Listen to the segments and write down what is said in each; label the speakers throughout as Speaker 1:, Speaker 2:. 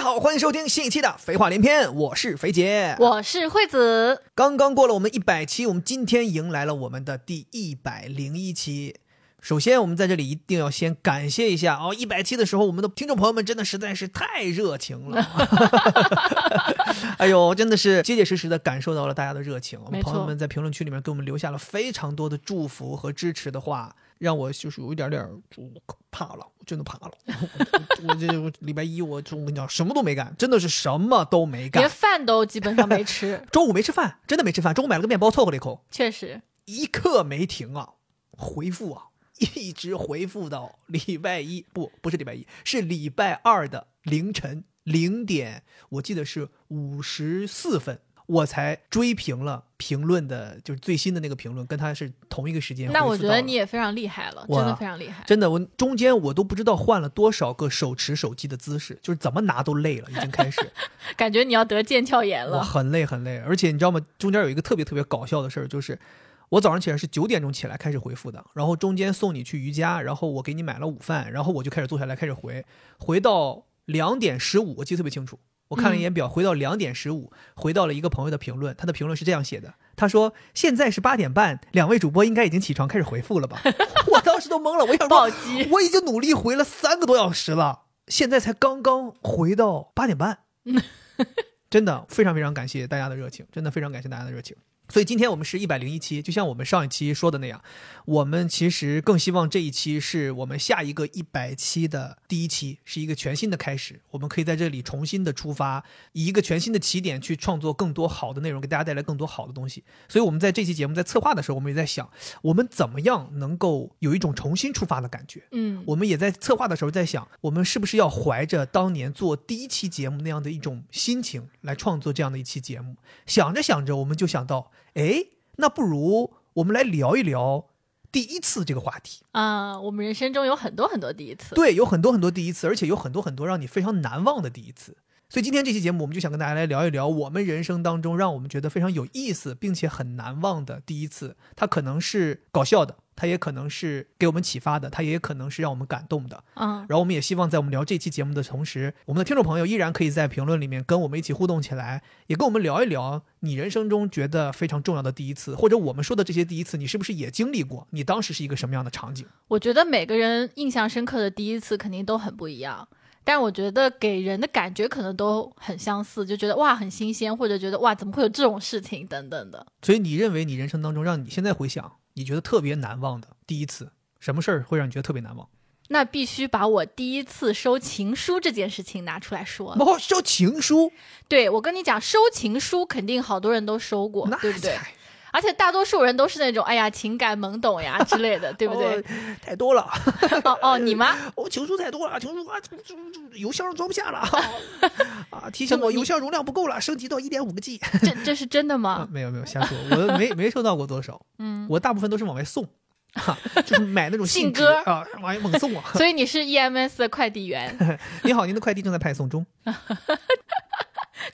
Speaker 1: 好，欢迎收听新一期的《肥话连篇》，我是肥姐。
Speaker 2: 我是惠子，
Speaker 1: 刚刚过了我们一百期，我们今天迎来了我们的第一百零一期。首先，我们在这里一定要先感谢一下哦，一百期的时候，我们的听众朋友们真的实在是太热情了， 哎呦，真的是结结实实的感受到了大家的热情。我们
Speaker 2: 没错
Speaker 1: 朋友们在评论区里面给我们留下了非常多的祝福和支持的话，让我就是有一点点儿我怕了，我真的怕了。 我这我礼拜一我就我跟你讲，什么都没干，真的是什么都没
Speaker 2: 连
Speaker 1: 干。
Speaker 2: 饭都基本上
Speaker 1: ，
Speaker 2: 没吃
Speaker 1: 周五没吃饭，真的没吃饭。中午买了个面包凑合了一口，
Speaker 2: 确实
Speaker 1: 一刻没停啊，回复啊，一直回复到礼拜一，不，不是礼拜一，是礼拜二的凌晨零点，我记得是五十四分，我才追评了评论的，就是最新的那个评论，跟他是同一个时间回复到
Speaker 2: 那
Speaker 1: 了。
Speaker 2: 我觉得你也非常厉害了，真
Speaker 1: 我啊
Speaker 2: 的非常厉害。
Speaker 1: 真的，我中间我都不知道换了多少个手持手机的姿势，就是怎么拿都累了，已经开始，
Speaker 2: 感觉你要得腱鞘炎
Speaker 1: 我
Speaker 2: 了，
Speaker 1: 很累很累。而且你知道吗？中间有一个特别特别搞笑的事儿，就是我早上起来是九点钟起来开始回复的，然后中间送你去瑜伽，然后我给你买了午饭，然后我就开始坐下来开始回，回到两点十五，我记得特别清楚。我看了一眼表，回到两点十五，回到了一个朋友的评论，他的评论是这样写的：他说现在是八点半，两位主播应该已经起床开始回复了吧？ 我当时都懵了，我想说
Speaker 2: 暴 击。
Speaker 1: 我已经努力回了三个多小时了，现在才刚刚回到八点半。真的非常非常感谢大家的热情，真的非常感谢大家的热情。所以今天我们是一百零一期，就像我们上一期说的那样，我们其实更希望这一期是我们下一个一百期的第一期，是一个全新的开始。我们可以在这里重新的出发，以一个全新的起点去创作更多好的内容，给大家带来更多好的东西。所以我们在这期节目在策划的时候，我们也在想，我们怎么样能够有一种重新出发的感觉。
Speaker 2: 嗯，
Speaker 1: 我们也在策划的时候在想，我们是不是要怀着当年做第一期节目那样的一种心情来创作这样的一期节目？想着想着，我们就想到，哎，那不如我们来聊一聊第一次这个话题。
Speaker 2: 啊，我们人生中有很多很多第一次，
Speaker 1: 对，有很多很多第一次，而且有很多很多让你非常难忘的第一次。所以今天这期节目，我们就想跟大家来聊一聊我们人生当中让我们觉得非常有意思并且很难忘的第一次。它可能是搞笑的，它也可能是给我们启发的，它也可能是让我们感动的。
Speaker 2: 嗯，
Speaker 1: 然后我们也希望在我们聊这期节目的同时，我们的听众朋友依然可以在评论里面跟我们一起互动起来，也跟我们聊一聊你人生中觉得非常重要的第一次，或者我们说的这些第一次，你是不是也经历过？你当时是一个什么样的场景？
Speaker 2: 我觉得每个人印象深刻的第一次肯定都很不一样，但我觉得给人的感觉可能都很相似，就觉得哇很新鲜，或者觉得哇怎么会有这种事情等等的。
Speaker 1: 所以你认为你人生当中让你现在回想，你觉得特别难忘的第一次，什么事儿会让你觉得特别难忘？
Speaker 2: 那必须把我第一次收情书这件事情拿出来说了。
Speaker 1: 哦，收情书，
Speaker 2: 对，我跟你讲，收情书肯定好多人都收过
Speaker 1: 那，
Speaker 2: 对不对？
Speaker 1: 太
Speaker 2: 而且大多数人都是那种哎呀情感懵懂呀之类 的，对不对？
Speaker 1: 哦太多了，
Speaker 2: 哦哦，你吗？
Speaker 1: 哦，情书太多了，情书啊，这这这邮箱装不下 了啊！提醒
Speaker 2: 怎么
Speaker 1: 我
Speaker 2: 你
Speaker 1: 邮箱容量不够了，升级到一点五个 G。
Speaker 2: 这这是真的
Speaker 1: 啊
Speaker 2: 吗？
Speaker 1: 没有没有瞎说，我没没收到过多少， 嗯，我大部分都是往外送，哈、就是买那种
Speaker 2: 信
Speaker 1: 信纸
Speaker 2: 鸽
Speaker 1: 啊，往外猛 送啊。
Speaker 2: 所以你是 EMS 的快递员，
Speaker 1: 你好，您的快递正在派送中。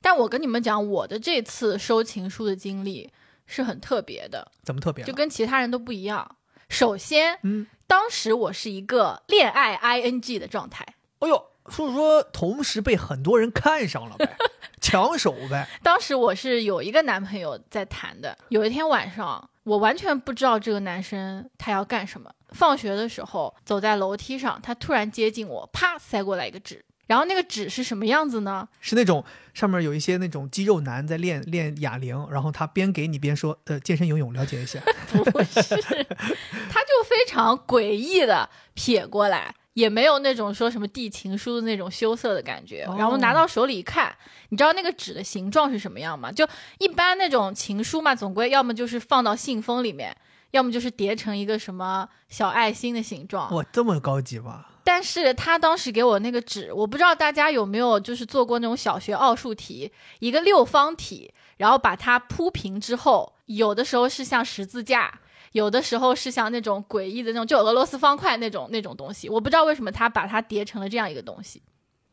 Speaker 2: 但我跟你们讲，我的这次收情书的经历是很特别的，
Speaker 1: 怎么特别了？
Speaker 2: 就跟其他人都不一样。首先，
Speaker 1: 啊嗯，
Speaker 2: 当时我是一个恋爱 ing 的状态，
Speaker 1: 哎呦，所以说同时被很多人看上了呗，抢手呗。
Speaker 2: 当时我是有一个男朋友在谈的，有一天晚上，我完全不知道这个男生他要干什么。放学的时候，走在楼梯上，他突然接近我，啪塞过来一个纸，然后那个纸是什么样子呢？
Speaker 1: 是那种上面有一些那种肌肉男在练练哑铃，然后他边给你边说，呃，健身游泳了解一 下。
Speaker 2: 不是，他就非常诡异的撇过来，也没有那种说什么递情书的那种羞涩的感觉。
Speaker 1: 哦
Speaker 2: 然后拿到手里一看，你知道那个纸的形状是什么样吗？就一般那种情书嘛，总归要么就是放到信封里面。要么就是叠成一个什么小爱心的形状，
Speaker 1: 哇，这么高级吗？
Speaker 2: 但是他当时给我那个纸，我不知道大家有没有就是做过那种小学奥数题，一个六方体，然后把它铺平之后，有的时候是像十字架，有的时候是像那种诡异的那种，就俄罗斯方块那种那种东西。我不知道为什么他把它叠成了这样一个东西。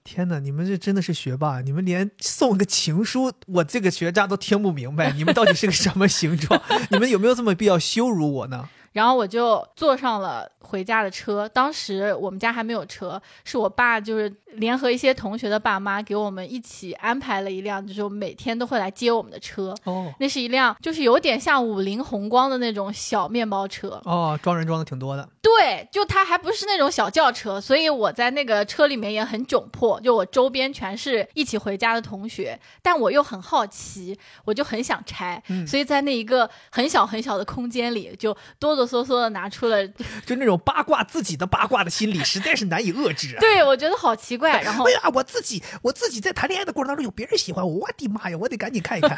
Speaker 1: 天哪，你们这真的是学霸！你们连送个情书，我这个学渣都听不明白，你们到 底是个什么形状？你们有没有这么必要羞辱我呢？
Speaker 2: 然后我就坐上了回家的车，当时我们家还没有车，是我爸就是联合一些同学的爸妈给我们一起安排了一辆，就是每天都会来接我们的车。
Speaker 1: 哦
Speaker 2: 那是一辆就是有点像五菱宏光的那种小面包车，
Speaker 1: 哦，装人装的挺多的，
Speaker 2: 对，就它还不是那种小轿车，所以我在那个车里面也很窘迫，就我周边全是一起回家的同学，但我又很好奇，我就很想拆，
Speaker 1: 嗯
Speaker 2: 所以在那一个很小很小的空间里，就哆哆嗦嗦的拿出 了，
Speaker 1: 就那种八卦自己的八卦的心理，实在是难以遏制啊。
Speaker 2: 对我觉得好奇怪，然后
Speaker 1: 哎呀，我自己我自己在谈恋爱的过程当中有别人喜欢我，我的妈呀，我得赶紧看一看。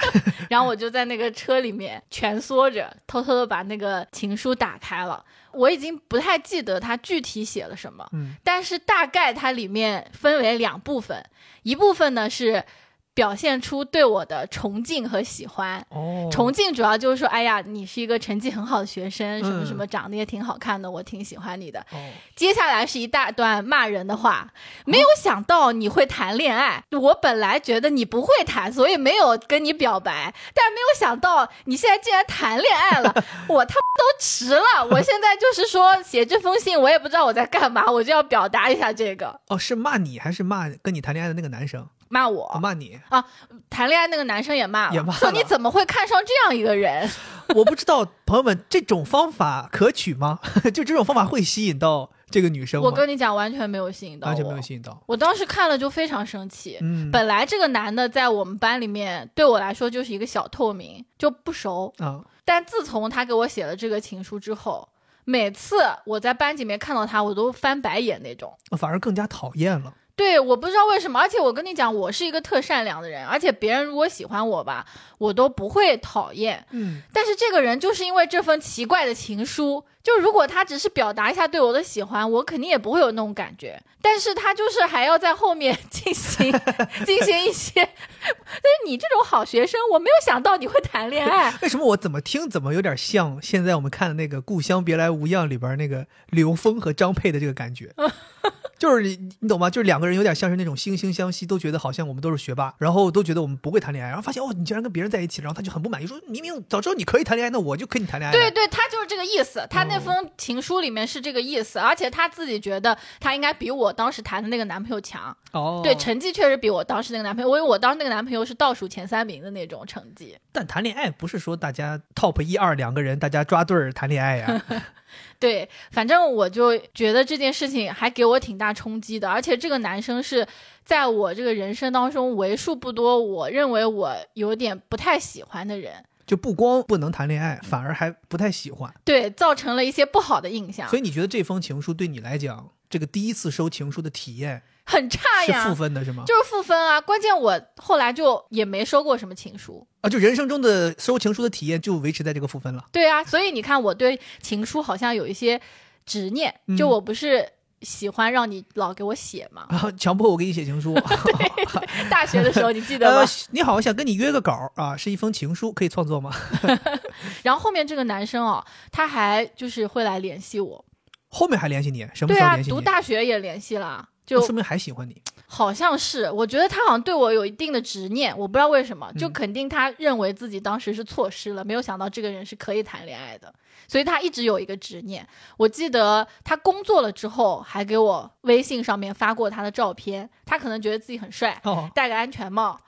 Speaker 2: 然后我就在那个车里面蜷缩着，偷偷的把那个情书打开了。我已经不太记得它具体写了什么，
Speaker 1: 嗯
Speaker 2: 但是大概它里面分为两部分，一部分呢是表现出对我的崇敬和喜欢。
Speaker 1: 哦
Speaker 2: 崇敬主要就是说，哎呀，你是一个成绩很好的学生，什么
Speaker 1: 嗯
Speaker 2: 什么，长得也挺好看的，我挺喜欢你的。
Speaker 1: 哦
Speaker 2: 接下来是一大段骂人的话，没有想到你会谈恋爱。我本来觉得你不会谈，所以没有跟你表白，但没有想到你现在竟然谈恋 爱了，我他妈都迟了。我现在就是说写这封信，我也不知道我在干嘛，我就要表达一下这个
Speaker 1: 哦，是骂你还是骂跟你谈恋爱的那个男生？
Speaker 2: 骂
Speaker 1: 哦，
Speaker 2: 我。
Speaker 1: 骂你，
Speaker 2: 谈恋爱那个男生也骂了，
Speaker 1: 也骂了
Speaker 2: 说你怎么会看上这样一个人？
Speaker 1: 我不知道，朋友们，这种方法可取吗？ 就这种方法会吸引到这个女生吗？
Speaker 2: 我跟你讲，完全没有吸引到我，
Speaker 1: 完全没有吸引到。
Speaker 2: 我当时看了就非常生气，
Speaker 1: 嗯，
Speaker 2: 本来这个男的在我们班里面对我来说就是一个小透明，就不熟。
Speaker 1: 啊，
Speaker 2: 但自从他给我写了这个情书之后，每次我在班级里面看到他，我都翻白眼那种。
Speaker 1: 反而更加讨厌了。
Speaker 2: 对，我不知道为什么，而且我跟你讲，我是一个特善良的人，而且别人如果喜欢我吧，我都不会讨厌。
Speaker 1: 嗯，
Speaker 2: 但是这个人就是因为这份奇怪的情书，就如果他只是表达一下对我的喜欢，我肯定也不会有那种感觉。但是他就是还要在后面进行进行一些，但是你这种好学生，我没有想到你会谈恋爱。
Speaker 1: 为什么我怎么听怎么有点像现在我们看的那个《故乡别来无恙》里边那个刘峰和张佩的这个感 觉？就是你你懂吗？就是两个人有点像是那种惺惺相惜，都觉得好像我们都是学霸，然后都觉得我们不会谈恋爱，然后发现哦，你竟然跟别人在一起，然后他就很不满意，说明明早知道你可以谈恋爱，那我就跟你谈恋爱了。
Speaker 2: 对对，他就是这个意思，他那封情书里面是这个意思，而且他自己觉得他应该比我当时谈的那个男朋友强，
Speaker 1: 哦，
Speaker 2: 对，成绩确实比我当时那个男朋友，因为我当时那个男朋友是倒数前三名的那种成绩。
Speaker 1: 但谈恋爱不是说大家 top 一二两个人大家抓对儿谈恋爱呀、
Speaker 2: 对，反正我就觉得这件事情还给我挺大冲击的，而且这个男生是在我这个人生当中为数不多我认为我有点不太喜欢的人，
Speaker 1: 就不光不能谈恋爱，反而还不太喜欢。
Speaker 2: 对，造成了一些不好的印象
Speaker 1: 所，以你觉得这封情书对你来讲，这个第一次收情书的体验
Speaker 2: 很差
Speaker 1: 是负
Speaker 2: 哎呀，
Speaker 1: 分的，是吗？
Speaker 2: 就是负分啊。关键我后来就也没收过什么情书，
Speaker 1: 啊，就人生中的收情书的体验就维持在这个负分 了。
Speaker 2: 对啊，所以你看我对情书好像有一些执念，就
Speaker 1: 嗯
Speaker 2: 我不是喜欢让你老给我写嘛，
Speaker 1: 然后啊强迫我给你写情 书，
Speaker 2: 大学的时候你记得 吗
Speaker 1: 呃？，你好，想跟你约个稿啊，是一封情书，可以创作吗？
Speaker 2: 然后后面这个男生哦，他还就是会来联系我，
Speaker 1: 后面还联系你，什么
Speaker 2: 对
Speaker 1: 时候
Speaker 2: 啊
Speaker 1: 联，系你？哦
Speaker 2: 读大学也联系了，
Speaker 1: 那
Speaker 2: 就
Speaker 1: 说明还喜欢你。
Speaker 2: 好像是，我觉得他好像对我有一定的执念，我不知道为什么，就
Speaker 1: 嗯
Speaker 2: 肯定他认为自己当时是错失了，没有想到这个人是可以谈恋爱的，所以他一直有一个执念。我记得他工作了之后，还给我微信上面发过他的照片，他可能觉得自己很帅。
Speaker 1: 哦，
Speaker 2: 戴个安全帽，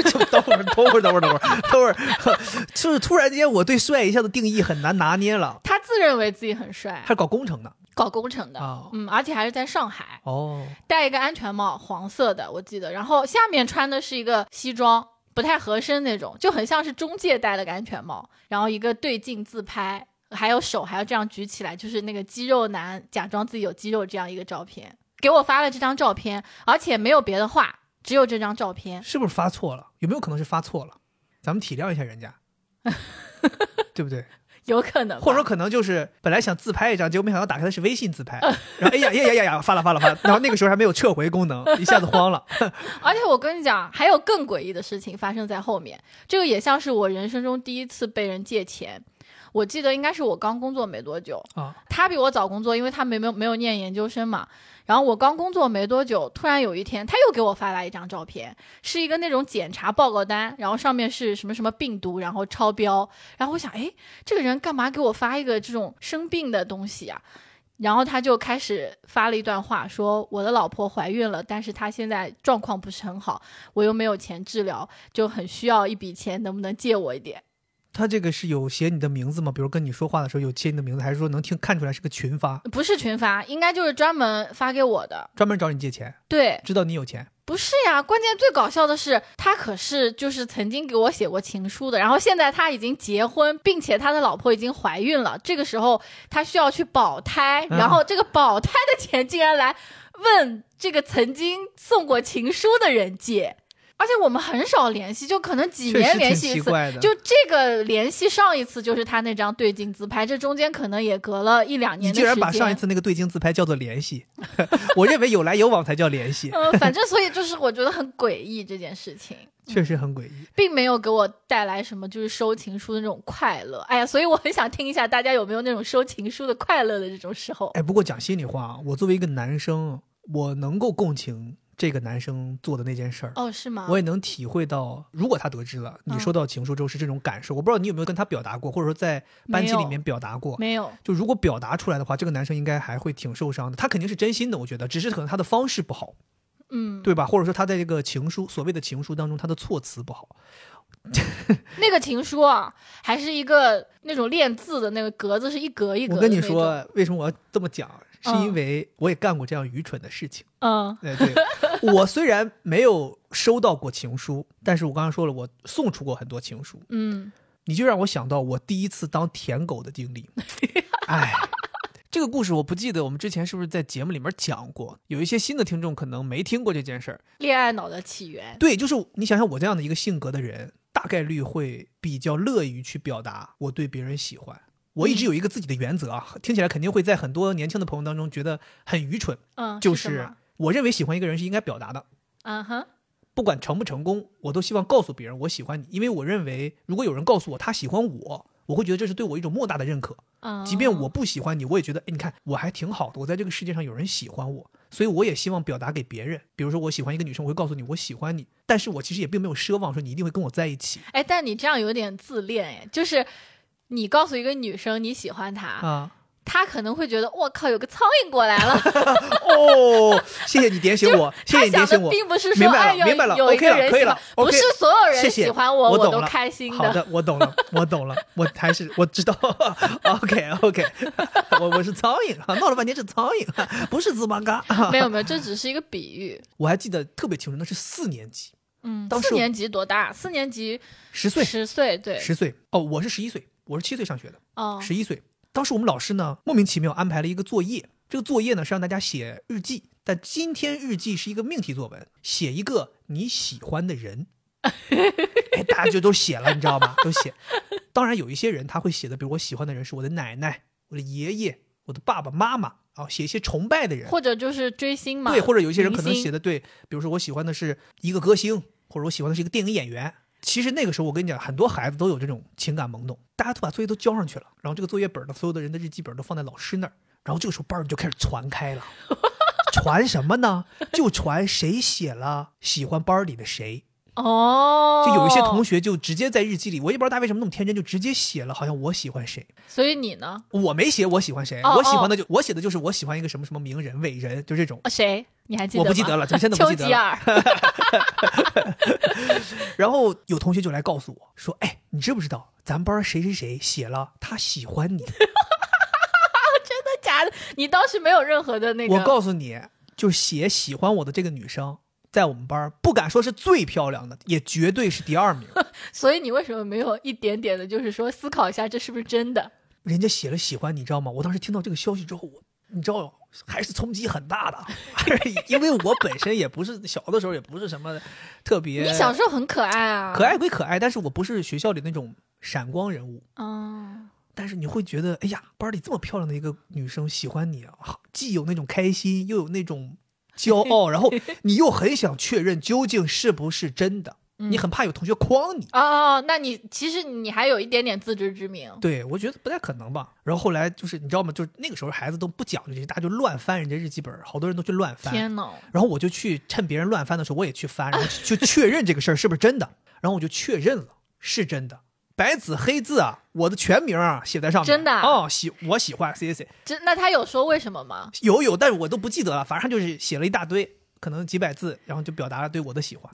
Speaker 1: 就等会儿，等会儿，等会儿，等会儿，等会儿，就是突然间我对帅一下子定义很难拿捏了。
Speaker 2: 他自认为自己很帅
Speaker 1: 还，是搞工程的
Speaker 2: 搞工程的，
Speaker 1: 哦
Speaker 2: 嗯，而且还是在上海，
Speaker 1: 哦，
Speaker 2: 戴一个安全帽，黄色的，我记得。然后下面穿的是一个西装，不太合身那种，就很像是中介戴了个安全帽，然后一个对镜自拍，还有手还要这样举起来，就是那个肌肉男假装自己有肌肉这样一个照片。给我发了这张照片，而且没有别的话，只有这张照片。
Speaker 1: 是不是发错了？有没有可能是发错了？咱们体谅一下人 家，对不对？
Speaker 2: 有可能吧，
Speaker 1: 或者说可能就是本来想自拍一张，结果没想到打开的是微信自拍，然后哎呀呀呀呀呀，发了发了发了，然后那个时候还没有撤回功能，一下子慌了。
Speaker 2: 而且我跟你讲，还有更诡异的事情发生在后面。这个也像是我人生中第一次被人借钱。我记得应该是我刚工作没多久
Speaker 1: 啊，
Speaker 2: 他比我早工作，因为他没没有没有念研究生嘛。然后我刚工作没多久，突然有一天他又给我发来一张照片，是一个那种检查报告单，然后上面是什么什么病毒，然后超标。然后我想，哎，这个人干嘛给我发一个这种生病的东西啊？然后他就开始发了一段话，说我的老婆怀孕了，但是她现在状况不是很好，我又没有钱治疗，就很需要一笔钱，能不能借我一点？
Speaker 1: 他这个是有写你的名字吗？比如跟你说话的时候有写你的名字，还是说能听看出来是个群发，
Speaker 2: 不是群发，应该就是专门发给我的。
Speaker 1: 专门找你借钱，
Speaker 2: 对，
Speaker 1: 知道你有钱？
Speaker 2: 不是呀，关键最搞笑的是，他可是就是曾经给我写过情书的，然后现在他已经结婚，并且他的老婆已经怀孕了，这个时候他需要去保胎，
Speaker 1: 嗯
Speaker 2: 然后这个保胎的钱竟然来问这个曾经送过情书的人借，而且我们很少联系，就可能几
Speaker 1: 确实
Speaker 2: 年
Speaker 1: 挺
Speaker 2: 联系一
Speaker 1: 奇
Speaker 2: 次，
Speaker 1: 怪的。
Speaker 2: 就这个联系上一次就是他那张对镜自拍，这中间可能也隔了一两
Speaker 1: 你
Speaker 2: 年的
Speaker 1: 竟
Speaker 2: 时
Speaker 1: 然
Speaker 2: 间。
Speaker 1: 把上一次那个对镜自拍叫做联系， 我认为有来有往才叫联系，
Speaker 2: 嗯，反正所以就是我觉得很诡异这件事情。
Speaker 1: 确实很诡异。
Speaker 2: 并没有给我带来什么就是收情书的那种快乐。哎呀，所以我很想听一下大家有没有那种收情书的快乐的这种时候。
Speaker 1: 哎，不过讲心里话啊，我作为一个男生，我能够共情这个男生做的那件事儿。
Speaker 2: 哦，是吗？
Speaker 1: 我也能体会到，如果他得知了你
Speaker 2: 嗯
Speaker 1: 收到情书之后是这种感受，我不知道你有没有跟他表达过，或者说在班级
Speaker 2: 没有
Speaker 1: 里面表达过。
Speaker 2: 没有，
Speaker 1: 就如果表达出来的话，这个男生应该还会挺受伤的。他肯定是真心的，我觉得，只是可能他的方式不好，
Speaker 2: 嗯，
Speaker 1: 对吧？或者说他在这个情书所谓的情书当中，他的措辞不好。
Speaker 2: 那个情书啊，还是一个那种练字的那个格子，是一格一格
Speaker 1: 我
Speaker 2: 的
Speaker 1: 跟你
Speaker 2: 那种，
Speaker 1: 说，为什么我要这么讲？是
Speaker 2: 嗯
Speaker 1: 因为我也干过这样愚蠢的事情。哎
Speaker 2: 嗯
Speaker 1: 对对，我虽然没有收到过情书，但是我刚刚说了，我送出过很多情书。
Speaker 2: 嗯，
Speaker 1: 你就让我想到我第一次当舔狗的经历。哎，这个故事我不记得我们之前是不是在节目里面讲过，有一些新的听众可能没听过这件事儿。
Speaker 2: 恋爱脑的起源。
Speaker 1: 对，就是你想想我这样的一个性格的人，大概率会比较乐于去表达我对别人喜欢。我一直有一个自己的原则啊，听起来肯定会在很多年轻的朋友当中觉得很愚蠢，
Speaker 2: 嗯，
Speaker 1: 就是
Speaker 2: 什
Speaker 1: 是
Speaker 2: 么
Speaker 1: 我认为喜欢一个人是应该表达的，
Speaker 2: 嗯哼，
Speaker 1: 不管成不成功，我都希望告诉别人我喜欢你，因为我认为如果有人告诉我他喜欢我，我会觉得这是对我一种莫大的认可。
Speaker 2: 嗯，
Speaker 1: 即便我不喜欢你，我也觉得，哎，你看我还挺好的，我在这个世界上有人喜欢我，所以我也希望表达给别人。比如说我喜欢一个女生，我会告诉你我喜欢你，但是我其实也并没有奢望说你一定会跟我在一起
Speaker 2: 哎，但你这样有点自恋哎，就是你告诉一个女生你喜欢她，
Speaker 1: 啊。
Speaker 2: 她可能会觉得我靠，有个苍蝇过来了。
Speaker 1: 哦，谢谢你点醒我，谢谢
Speaker 2: 他
Speaker 1: 你点
Speaker 2: 想
Speaker 1: 醒
Speaker 2: 的
Speaker 1: 我。
Speaker 2: 并不是说
Speaker 1: 明白了
Speaker 2: 哎呦
Speaker 1: 明白了
Speaker 2: 有一
Speaker 1: OK
Speaker 2: 个
Speaker 1: 了
Speaker 2: 人
Speaker 1: 可以
Speaker 2: 喜
Speaker 1: 了
Speaker 2: 欢，不
Speaker 1: ，OK
Speaker 2: 是所有
Speaker 1: 谢
Speaker 2: 人
Speaker 1: 谢
Speaker 2: 喜欢我，
Speaker 1: 我
Speaker 2: 我
Speaker 1: 懂
Speaker 2: 都
Speaker 1: 了
Speaker 2: 开心
Speaker 1: 好的，我懂了，我懂了，我还是我知道。OK OK，我我是苍蝇啊，闹了半天是苍蝇，啊不是芝麻嘎。
Speaker 2: 没有没有，这只是一个比 喻。
Speaker 1: 我还记得特别清楚，那是四年级，
Speaker 2: 嗯
Speaker 1: 当，时
Speaker 2: 四
Speaker 1: 我
Speaker 2: 年级多大？四年级
Speaker 1: 十岁，
Speaker 2: 十岁，对，
Speaker 1: 十岁。哦，我是十一岁，我是七岁上学的。
Speaker 2: 哦，
Speaker 1: 十一岁。当时我们老师呢，莫名其妙安排了一个作业，这个作业呢是让大家写日记，但今天日记是一个命题作文，写一个你喜欢的人。哎，大家就都写了，你知道吗？都写。当然有一些人他会写的，比如我喜欢的人是我的奶奶、我的爷爷、我的爸爸妈妈啊，写一些崇拜的人。
Speaker 2: 或者就是追星嘛，
Speaker 1: 对，或者有一些人
Speaker 2: 明
Speaker 1: 可能
Speaker 2: 星
Speaker 1: 写的对，比如说我喜欢的是一个歌星，或者我喜欢的是一个电影演员。其实那个时候，我跟你讲，很多孩子都有这种情感懵懂，大家都把作业都交上去了，然后这个作业本的所有的人的日记本都放在老师那儿，然后这个时候班儿就开始传开了， 传什么呢？就传谁写了喜欢班儿里的谁，
Speaker 2: 哦，
Speaker 1: 就有一些同
Speaker 2: 学。
Speaker 1: 学就直接在日记里，我也不知道他为什么那么天真，就直接写了，好像我喜欢谁，
Speaker 2: 所以你呢？
Speaker 1: 我没写我喜欢谁，
Speaker 2: 哦
Speaker 1: 我喜欢
Speaker 2: 哦
Speaker 1: 的就我写的就是我喜欢一个什么什么名人伟人，就这种。
Speaker 2: 啊谁？你还记得？
Speaker 1: 我不记得了，真的不
Speaker 2: 丘
Speaker 1: 记得
Speaker 2: 吉
Speaker 1: 了。
Speaker 2: 尔。
Speaker 1: 然后有同学就来告诉我说：“哎，你知不知道咱班谁谁谁写了他喜欢你？
Speaker 2: 真的假的？你当时没有任何的那个？
Speaker 1: 我告诉你，就写喜欢我的这个女生，在我们班儿不敢说是最漂亮的，也绝对是第二 名。
Speaker 2: 所以你为什么没有一点点的，就是说思考一下这是不是真的？
Speaker 1: 人家写了喜欢你，知道吗？我当时听到这个消息之后，我你知道还是冲击很大的， 因为我本身也不是小的时候也不是什么特别
Speaker 2: 你小时候很可爱啊，
Speaker 1: 可爱归可爱，但是我不是学校里那种闪光人物。
Speaker 2: 嗯。
Speaker 1: 但是你会觉得，哎呀，班里这么漂亮的一个女生喜欢你啊，既有那种开心，又有那种骄傲，然后你又很想确认究竟是不是真的，
Speaker 2: 嗯
Speaker 1: 你很怕有同学诓你。
Speaker 2: 哦，哦，那你其实你还有一点点自知之明。
Speaker 1: 对，我觉得不太可能吧。然后后来就是你知道吗？就是那个时候孩子都不讲究这些，大家就乱翻人家日记本，好多人都去乱翻。
Speaker 2: 天呐，
Speaker 1: 然后我就去趁别人乱 翻的时候，我也去翻，然后就就确认这个事儿是不是真的。然后我就确认了是真的，白纸黑字啊，我的全名啊写在上面。
Speaker 2: 真的啊
Speaker 1: 哦，喜我喜欢谁谁谁，
Speaker 2: 这那他有说为什么吗？
Speaker 1: 有有，但是我都不记得了，反正他就是写了一大堆，可能几百字，然后就表达了对我的喜欢。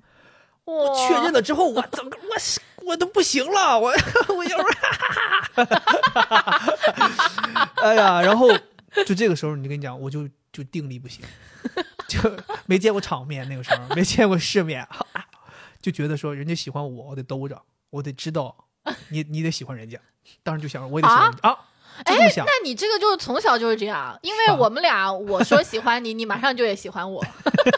Speaker 2: 我
Speaker 1: 确认了之后，我整个我是我都不行了，我我要 不然，哎呀，然后就这个时候，你就跟你讲，我就就定力不行，就没见过场面，那个时候没见过世面， 就觉得说人家喜欢我，我得兜着，我得知道你你得喜欢人家，当时就想我也得喜欢人家啊，就这么
Speaker 2: 哎，
Speaker 1: 想，
Speaker 2: 那你这个就是从小就是这样，因为
Speaker 1: 是吧
Speaker 2: 我们俩我说喜欢你，你马上就也喜欢我，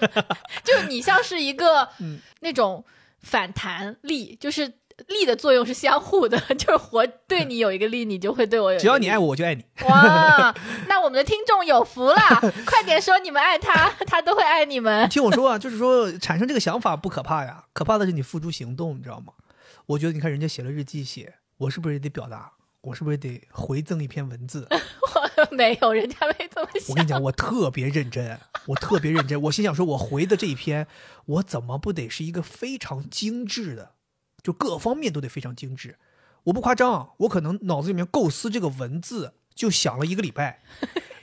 Speaker 2: 就你像是一个
Speaker 1: 嗯
Speaker 2: 那种反弹力，就是力的作用是相互的， 就是我对你有一个力，你就会对我有一个力。
Speaker 1: 只要你爱我，我就爱你。
Speaker 2: 哇，那我们的听众有福 了，快点说你们爱他，他都会爱你们。
Speaker 1: 听我说啊，就是说产生这个想法不可怕呀，可怕的是你付诸行动，你知道吗？我觉得你看人家写了日记写，我是不是也得表达？我是不是也得回赠一篇文字？
Speaker 2: 我没有，人家没这么
Speaker 1: 我
Speaker 2: 想
Speaker 1: 跟。你讲，我特别认真，我特别认真。我心想说，我回的这一篇，我怎么不得是一个非常精致的，就各方面都得非常精致。我不夸张啊，我可能脑子里面构思这个文字就想了一个礼拜，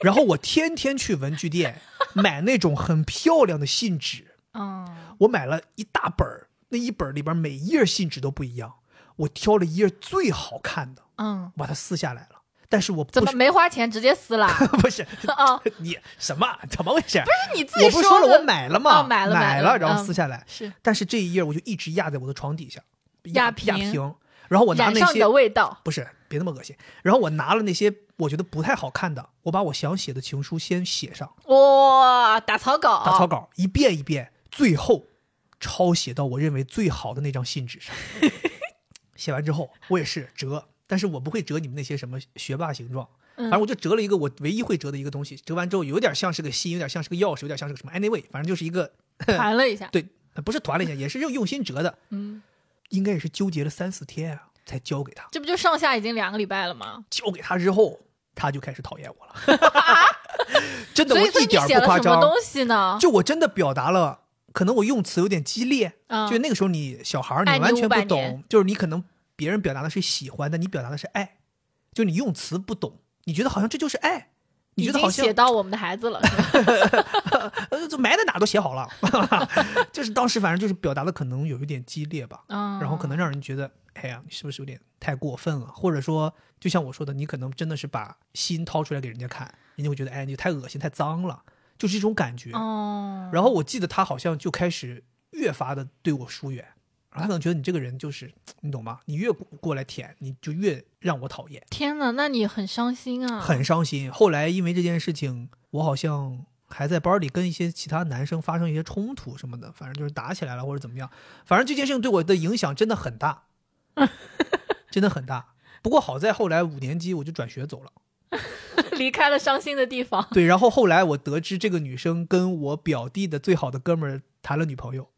Speaker 1: 然后我天天去文具店买那种很漂亮的信纸，
Speaker 2: 嗯，
Speaker 1: 我买了一大本儿，那一本儿里边每一页信纸都不一样，我挑了一页最好看的，
Speaker 2: 嗯，
Speaker 1: 把它撕下来了。但是我不
Speaker 2: 怎么
Speaker 1: 是
Speaker 2: 没花钱直接 撕了？
Speaker 1: 不是
Speaker 2: 哦，
Speaker 1: 你什么怎么回事？不
Speaker 2: 是你自
Speaker 1: 我
Speaker 2: 己
Speaker 1: 不是说
Speaker 2: 的
Speaker 1: 了我买了吗？
Speaker 2: 哦买了买了
Speaker 1: 了，然后
Speaker 2: 嗯
Speaker 1: 撕下来。
Speaker 2: 是
Speaker 1: 但是这一页我就一直压在我的床底下，压
Speaker 2: 压
Speaker 1: 压
Speaker 2: 平
Speaker 1: 平。然后我拿
Speaker 2: 染
Speaker 1: 那
Speaker 2: 上你
Speaker 1: 些
Speaker 2: 的味道。
Speaker 1: 不是别那么恶心，然后我拿了那些我觉得不太好看的，我把我想写的情书先写上，
Speaker 2: 哇，打草稿，
Speaker 1: 打草稿一遍一遍，最后抄写到我认为最好的那张信纸上。 写完之后，我也是折，但是我不会折你们那些什么学霸形状，
Speaker 2: 嗯
Speaker 1: 反正我就折了一个我唯一会折的一个东西。折完之后，有点像是个心，有点像是个钥匙，有点像是个什么，anyway，反正就是一个
Speaker 2: 盘了一下。
Speaker 1: 对，呃不是团了一下，也是用用心折的，
Speaker 2: 嗯，
Speaker 1: 应该也是纠结了三四天啊，才交给他。
Speaker 2: 这不就上下已经两个礼拜了吗？
Speaker 1: 交给他之后，他就开始讨厌 我了， 真的，
Speaker 2: 所
Speaker 1: 我
Speaker 2: 以，所以
Speaker 1: 一
Speaker 2: 你
Speaker 1: 点儿
Speaker 2: 写
Speaker 1: 不
Speaker 2: 了
Speaker 1: 夸
Speaker 2: 什么
Speaker 1: 张。
Speaker 2: 东西呢？
Speaker 1: 就我真的表达了，可能我用词有点激烈，
Speaker 2: 嗯
Speaker 1: 就那个时候你小孩儿你
Speaker 2: 爱你
Speaker 1: 完全不
Speaker 2: 500年
Speaker 1: 懂，就是你可能别人表达的是喜欢，但你表达的是爱，就你用词不懂，你觉得好像这就是爱，你
Speaker 2: 已
Speaker 1: 觉得
Speaker 2: 经
Speaker 1: 好像
Speaker 2: 写到我们的孩子了，是吧
Speaker 1: 呃这埋在哪都写好了， 就是当时反正就是表达的可能有一点激烈吧，
Speaker 2: 嗯，
Speaker 1: 然后可能让人觉得，哎呀，你是不是有点太过分了？或者说，就像我说的，你可能真的是把心掏出来给人家看，人家会觉得，哎，你太恶心、太脏了，就是一种感觉。
Speaker 2: 哦，
Speaker 1: 然后我记得他好像就开始越发的对我疏远，然后他可能觉得你这个人就是，你懂吗？你越过过来舔，你就越让我讨厌，
Speaker 2: 天哪，那你很伤心啊，
Speaker 1: 很伤心。后来因为这件事情，我好像还在班里跟一些其他男生发生一些冲突什么的，反正就是打起来了或者怎么样，反正这件事情对我的影响真的很大，真的很大。不过好在后来五年级我就转学走了。
Speaker 2: 离开了伤心的地方，
Speaker 1: 对，然后后来我得知这个女生跟我表弟的最好的哥们儿谈了女朋友，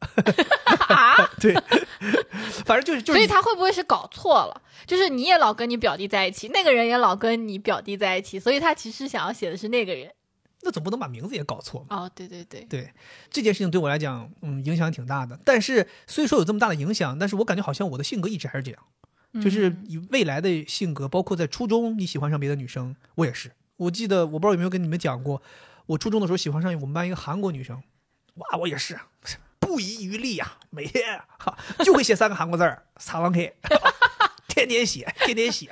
Speaker 1: 对，反正就是 就
Speaker 2: 所以
Speaker 1: 是
Speaker 2: 他会不会是搞错了？就是你也老跟你表弟在一起，那个人也老跟你表弟在一起，所以他其实想要写的是那个人。
Speaker 1: 那总不能把名字也搞错嘛。
Speaker 2: 哦，对对对，
Speaker 1: 对这件事情对我来讲，嗯，影响挺大的。但是虽说有这么大的影响，但是我感觉好像我的性格一直还是这样，就是
Speaker 2: 嗯
Speaker 1: 以未来的性格，包括在初中你喜欢上别的女生，我也是。我记得我不知道有没有跟你们讲过，我初中的时候喜欢上我们班一个韩国女生，哇，我也是不遗余力呀、每天哈就会写三个韩国字儿，撒浪 K，天天写，天天写，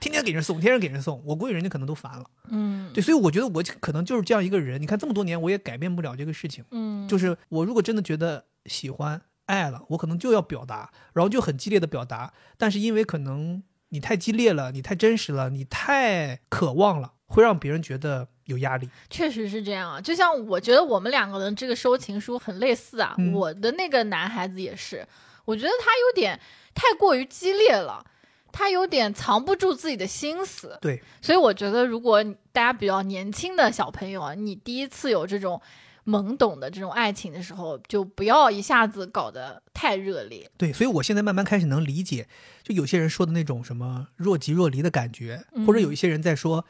Speaker 1: 天天给人送，天天给人送，我估计人家可能都烦了。
Speaker 2: 嗯
Speaker 1: 对，所以我觉得我可能就是这样一个人。你看这么多年，我也改变不了这个事情。
Speaker 2: 嗯，
Speaker 1: 就是我如果真的觉得喜欢、爱了，我可能就要表达，然后就很激烈的表达。但是因为可能你太激烈了，你太真实了，你太渴望了，会让别人觉得有压力。
Speaker 2: 确实是这样啊，就像我觉得我们两个人这个收情书很类似啊，
Speaker 1: 嗯
Speaker 2: 我的那个男孩子也是，我觉得他有点太过于激烈了，他有点藏不住自己的心思，
Speaker 1: 对，
Speaker 2: 所以我觉得如果你大家比较年轻的小朋友啊，你第一次有这种懵懂的这种爱情的时候，就不要一下子搞得太热烈，
Speaker 1: 对，所以我现在慢慢开始能理解，就有些人说的那种什么若即若离的感觉，或者有一些人在说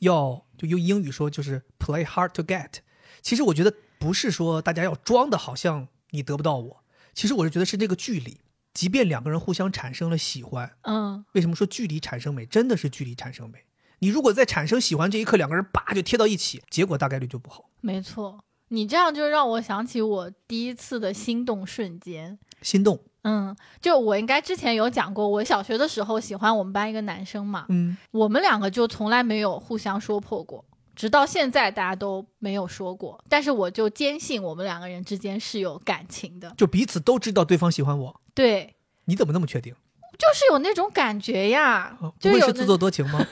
Speaker 1: 要就用英语说就是 play hard to get。其实我觉得不是说大家要装的好像你得不到我，其实我是觉得是这个距离，即便两个人互相产生了喜欢，
Speaker 2: 嗯
Speaker 1: 为什么说距离产生美？真的是距离产生美。你如果在产生喜欢这一刻，两个人叭就贴到一起，结果大概率就不好。
Speaker 2: 没错。你这样就让我想起我第一次的心动瞬间。
Speaker 1: 心动，
Speaker 2: 嗯，就我应该之前有讲过，我小学的时候喜欢我们班一个男生嘛，
Speaker 1: 嗯，
Speaker 2: 我们两个就从来没有互相说破过，直到现在大家都没有说过。但是我就坚信我们两个人之间是有感情的，
Speaker 1: 就彼此都知道对方喜欢我，
Speaker 2: 对，
Speaker 1: 你怎么那么确定？
Speaker 2: 就是有那种感觉呀
Speaker 1: 啊，不
Speaker 2: 就
Speaker 1: 会
Speaker 2: 有
Speaker 1: 是
Speaker 2: 那
Speaker 1: 自作多情 吗？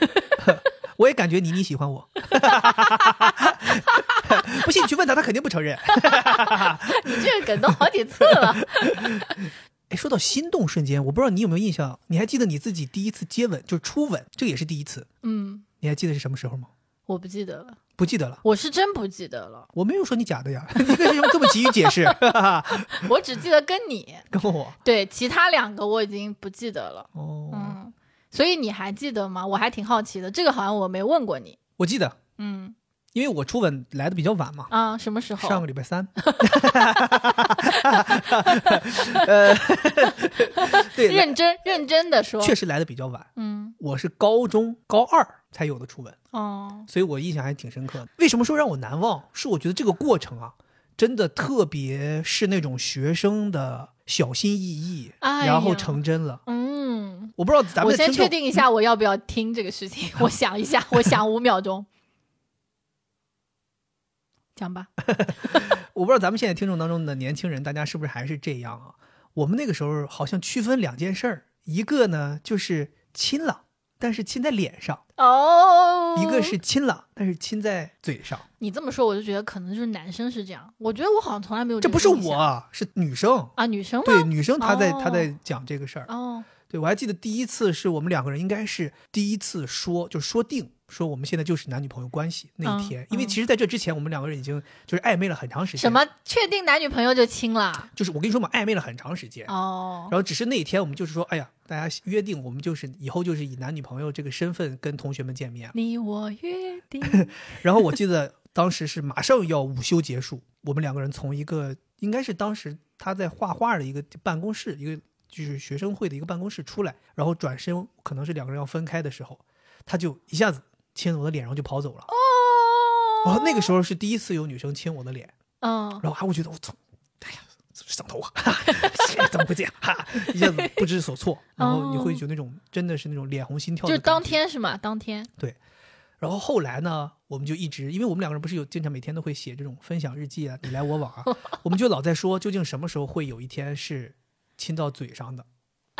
Speaker 1: 我也感觉倪妮喜欢我， 不信你去问他，他肯定不承认。
Speaker 2: 你这个梗都好几次了。
Speaker 1: 哎，说到心动瞬间，我不知道你有没有印象，你还记得你自己第一次接吻，就是初吻，这个也是第一次，
Speaker 2: 嗯，
Speaker 1: 你还记得是什么时候吗？
Speaker 2: 我不记得了，
Speaker 1: 不记得了。
Speaker 2: 我是真不记得了，
Speaker 1: 我没有说你假的呀， 你为什么这么急于解释？
Speaker 2: 我只记得跟你
Speaker 1: 跟我
Speaker 2: 对其他两个我已经不记得了。
Speaker 1: 哦，
Speaker 2: 嗯，所以你还记得吗？我还挺好奇的，这个好像我没问过你。
Speaker 1: 我记得，
Speaker 2: 嗯
Speaker 1: 因为我初吻来的比较晚嘛，
Speaker 2: 啊，什么时候？
Speaker 1: 上个礼拜 三。呃， 对，
Speaker 2: 认真认真的说，
Speaker 1: 确实来的比较晚。
Speaker 2: 嗯
Speaker 1: 我是高中高二才有的初吻，
Speaker 2: 哦，
Speaker 1: 所以我印象还挺深刻的。为什么说让我难忘？是我觉得这个过程啊，真的特别是那种学生的小心翼翼，
Speaker 2: 哎呀
Speaker 1: 然后成真了。
Speaker 2: 嗯，
Speaker 1: 我不知道咱
Speaker 2: 我
Speaker 1: 们的
Speaker 2: 先
Speaker 1: 听众
Speaker 2: 确定一下我要不要听这个 事情，我想一下，我想五秒钟，讲 吧。
Speaker 1: 我不知道咱们现在听众当中的年轻人，大家是不是还是这样啊？我们那个时候好像区分两件事儿，一个呢就是亲了，但是亲在脸上；
Speaker 2: 哦，
Speaker 1: 一个是亲了，但是亲在嘴上。
Speaker 2: 你这么说，我就觉得可能就是男生是这样，我觉得我好像从来没有
Speaker 1: 这
Speaker 2: 个
Speaker 1: 不是
Speaker 2: 印象
Speaker 1: 我啊，是女生。
Speaker 2: 啊，女生吗？
Speaker 1: 对，女生她在、她在
Speaker 2: 哦
Speaker 1: 讲这个事儿。
Speaker 2: 哦，
Speaker 1: 对我还记得第一次是我们两个人应该是第一次说，就说定说我们现在就是男女朋友关系那一
Speaker 2: 嗯
Speaker 1: 天，因为
Speaker 2: 嗯
Speaker 1: 其实在这之前我们两个人已经就是暧昧了很长时间。
Speaker 2: 什？么确定男女朋友就亲了？
Speaker 1: 就是我跟你说嘛，暧昧了很长时间。
Speaker 2: 哦
Speaker 1: 然，后只是那一天，我们就是说，哎呀，大家约定，我们就是以后就是以男女朋友这个身份跟同学们见面。
Speaker 2: 你我约定，
Speaker 1: 然后我记得当时是马上要午休结束，我们两个人从一个应该是当时他在画画的一个办公室，一个就是学生会的一个办公室出来，然后转身可能是两个人要分开的时候，他就一下子亲了我的脸，然后就跑走 了。然
Speaker 2: 哦
Speaker 1: 后那个时候是第一次有女生亲我的脸，
Speaker 2: 嗯，
Speaker 1: 然后啊，我觉得我操，哎呀，上头啊， 哈哈怎么会这样？哈，一下子不知所措，然后你会有那种真的是那种脸红心跳的
Speaker 2: 哦就
Speaker 1: 感觉，
Speaker 2: 当天是吗？当天，
Speaker 1: 然后后来呢，我们就一直，因为我们两个人不是有经常每天都会写这种分享日记啊，你来我往 啊，我们就老在说，究竟什么时候会有一天是亲到嘴上的，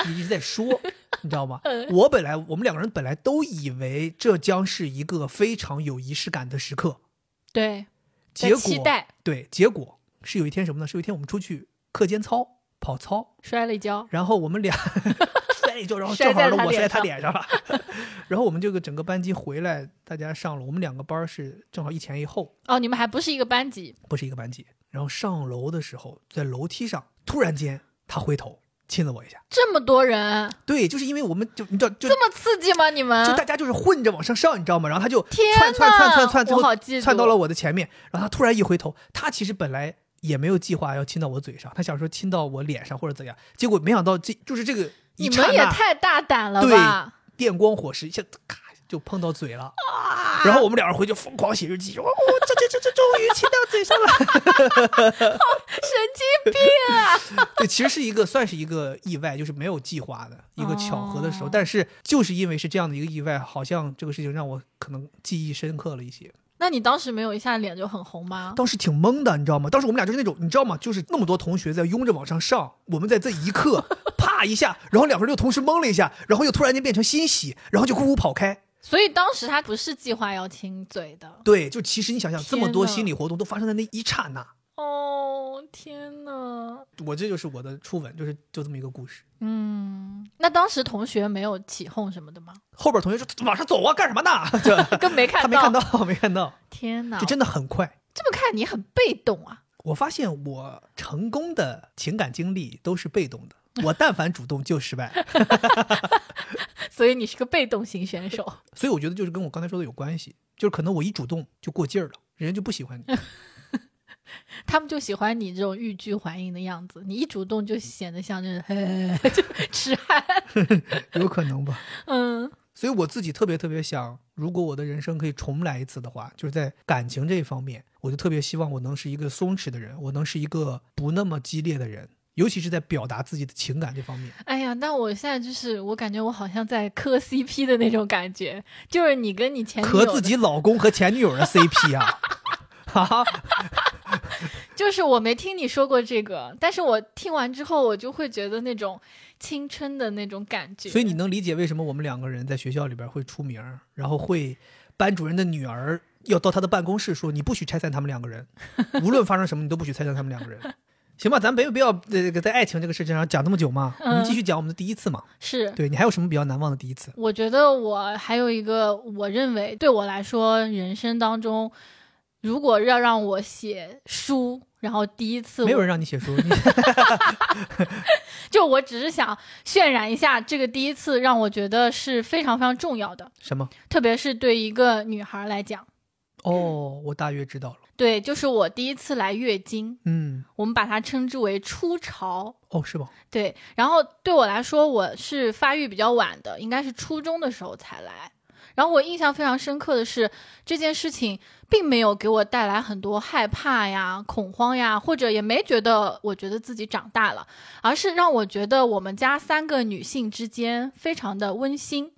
Speaker 1: 一直在 说，你知道吗？
Speaker 2: 嗯
Speaker 1: 我本来我们两个人本来都以为这将是一个非常有仪式感的时刻，
Speaker 2: 对，在
Speaker 1: 结
Speaker 2: 期
Speaker 1: 果
Speaker 2: 待
Speaker 1: 对，结果是有一天什么呢？是有一天我们出去课间操跑操，
Speaker 2: 摔了一跤，
Speaker 1: 然后我们 俩摔一跤，然后
Speaker 2: 摔
Speaker 1: 正好
Speaker 2: 在
Speaker 1: 呢
Speaker 2: 他
Speaker 1: 我
Speaker 2: 脸
Speaker 1: 摔他
Speaker 2: 上
Speaker 1: 脸上了。 然后我们这个整个班级回来，大家上了，我们两个班儿是正好一前一后，
Speaker 2: 哦，你们还不是一个班级，
Speaker 1: 不是一个班级。然后上楼的时候，在楼梯上突然间他回头亲了我一下，
Speaker 2: 这么多人，
Speaker 1: 对，就是因为我们就你知道就。
Speaker 2: 这么刺激吗？你们
Speaker 1: 就？大家就是混着往上上，你知道吗？然后他就
Speaker 2: 天
Speaker 1: 窜窜窜窜
Speaker 2: 哪
Speaker 1: 窜，最
Speaker 2: 我
Speaker 1: 后
Speaker 2: 好嫉妒
Speaker 1: 窜到了我的前面。然后他突然一回头，他其实本来也没有计划要亲到我嘴上，他想说亲到我脸上或者怎样，结果没想到这就是这个一
Speaker 2: 你
Speaker 1: 刹
Speaker 2: 们也
Speaker 1: 那
Speaker 2: 太大胆了
Speaker 1: 对
Speaker 2: 吧！
Speaker 1: 电光火石一下咔就碰到嘴了，
Speaker 2: 啊
Speaker 1: 啊然后我们两人回去疯狂写日记， 说哦，这这这这终于亲到嘴上了。
Speaker 2: 神经病啊！
Speaker 1: 对，其实是一个算是一个意外，就是没有计划的一个巧合的时候，
Speaker 2: 哦
Speaker 1: 但是就是因为是这样的一个意外，好像这个事情让我可能记忆深刻了一些。
Speaker 2: 那你当时没有一下脸就很红吗？
Speaker 1: 当时挺懵的，你知道吗？当时我们俩就是那种，你知道吗？就是那么多同学在拥着往上上，我们在这一刻 啪一下，然后两个人又同时懵了一下，然后又突然间变成欣喜，然后就呼呼跑开。
Speaker 2: 所以当时他不是计划要亲嘴的。
Speaker 1: 对，就其实你想想，这么多
Speaker 2: 天哪
Speaker 1: 心理活动都发生在那一刹那。
Speaker 2: 哦，天哪！
Speaker 1: 我这就是我的初吻，就是就这么一个故事。
Speaker 2: 嗯，那当时同学没有起哄什么 的吗？
Speaker 1: 后边同学说往上走啊，干什么呢？ 这
Speaker 2: 更没看
Speaker 1: 他
Speaker 2: 到。
Speaker 1: 没看到，没看 到，
Speaker 2: 天哪！
Speaker 1: 就真的很快。
Speaker 2: 这么看你很被动啊。
Speaker 1: 我发现我成功的情感经历都是被动的，我但凡主动就失败，
Speaker 2: 所以你是个被动型选手。
Speaker 1: 所以我觉得就是跟我刚才说的有关系，就是可能我一主动就过劲儿了，人家就不喜欢你。
Speaker 2: 他们就喜欢你这种欲拒还迎的样子，你一主动
Speaker 1: 嗯
Speaker 2: 就显得像这嘿 就 痴汉。
Speaker 1: 有可能吧。
Speaker 2: 嗯
Speaker 1: 所以我自己特别特别想，如果我的人生可以重来一次的话，就是在感情这一方面，我就特别希望我能是一个松弛的人，我能是一个不那么激烈的人，尤其是在表达自己的情感这方面。
Speaker 2: 哎呀，但我现在就是，我感觉我好像在磕 CP 的那种感觉，就是你跟你前女友
Speaker 1: 和
Speaker 2: 的
Speaker 1: 自己老公和前女友的 CP 啊，哈哈，
Speaker 2: 就是我没听你说过这个，但是我听完之后，我就会觉得那种青春的那种感觉。
Speaker 1: 所以你能理解为什么我们两个人在学校里边会出名儿，然后会班主任的女儿要到他的办公室说你不许拆散他们两个人，无论发生什么你都不许拆散他们两个人。 行吧，咱没有必要呃这个在爱情这个事情上讲那么久嘛，我
Speaker 2: 嗯
Speaker 1: 们继续讲我们的第一次嘛。
Speaker 2: 是，
Speaker 1: 对你还有什么比较难忘的第一次？
Speaker 2: 我觉得我还有一个，我认为对我来说，人生当中，如果要让我写书，然后第一次我
Speaker 1: 没有人让你写 书，你
Speaker 2: 就我只是想渲染一下这个第一次，让我觉得是非常非常重要的，
Speaker 1: 什 么？
Speaker 2: 特别是对一个女孩来讲。
Speaker 1: 哦，我大约知道了。
Speaker 2: 对，就是我第一次来月经，
Speaker 1: 嗯，
Speaker 2: 我们把它称之为初潮。
Speaker 1: 哦，是吧？
Speaker 2: 对，然后对我来说，我是发育比较晚的，应该是初中的时候才来。然后我印象非常深刻的是，这件事情并没有给我带来很多害怕呀、恐慌呀，或者也没觉得我觉得自己长大了，而是让我觉得我们家三个女性之间非常的温馨。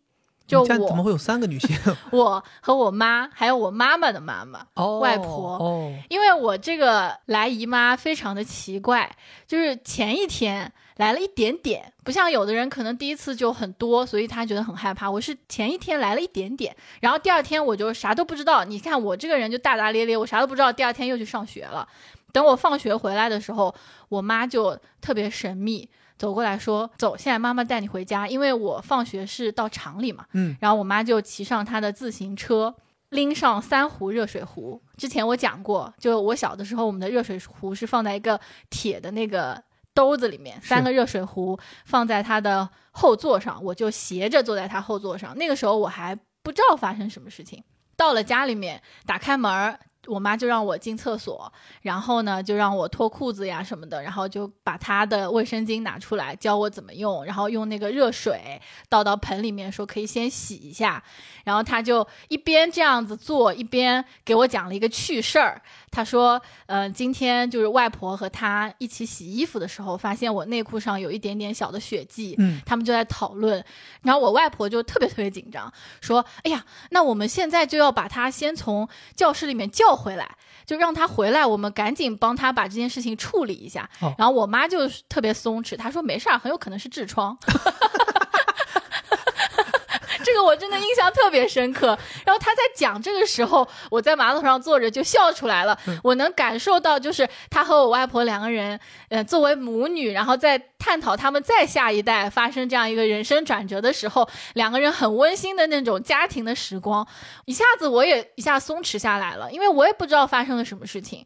Speaker 2: 就
Speaker 1: 你家怎么
Speaker 2: 我、
Speaker 1: 会有三个女 性？
Speaker 2: 我和我妈，还有我妈妈的妈妈，
Speaker 1: 哦，
Speaker 2: 外婆
Speaker 1: 哦，
Speaker 2: 因为我这个来姨妈非常的奇怪，就是前一天来了一点点，不像有的人可能第一次就很多，所以他觉得很害怕。我是前一天来了一点点，然后第二天我就啥都不知道。你看我这个人就大大咧咧，我啥都不知道。第二天又去上学了。等我放学回来的时候，我妈就特别神秘走过来说：“走，现在妈妈带你回家，因为我放学是到厂里嘛。”
Speaker 1: 嗯，
Speaker 2: 然后我妈就骑上她的自行车，拎上三壶热水壶。之前我讲过，就我小的时候，我们的热水壶是放在一个铁的那个兜子里面，
Speaker 1: 是
Speaker 2: 三个热水壶放在她的后座上，我就斜着坐在她后座上。那个时候我还不知道发生什么事情。到了家里面，打开门儿，我妈就让我进厕所，然后呢就让我脱裤子呀什么的，然后就把她的卫生巾拿出来，教我怎么用，然后用那个热水倒到盆里面，说可以先洗一下。然后她就一边这样子做，一边给我讲了一个趣事儿。她说，呃，今天就是外婆和她一起洗衣服的时候，发现我内裤上有一点点小的血迹，
Speaker 1: 嗯，
Speaker 2: 他们就在讨论，然后我外婆就特别特别紧张，说：“哎呀，那我们现在就要把她先从教室里面叫回来，就让她回来，我们赶紧帮她把这件事情处理一下。
Speaker 1: 哦
Speaker 2: 然后我妈就特别松弛，她说：“没事儿，很有可能是痔疮。” 这个我真的印象特别深刻。然后她在讲这个时候，我在马桶上坐着就笑出来了。
Speaker 1: 嗯
Speaker 2: 我能感受到，就是她和我外婆两个人呃，作为母女，然后在探讨他们再下一代发生这样一个人生转折的时候，两个人很温馨的那种家庭的时光，一下子我也一下松弛下来了，因为我也不知道发生了什么事情。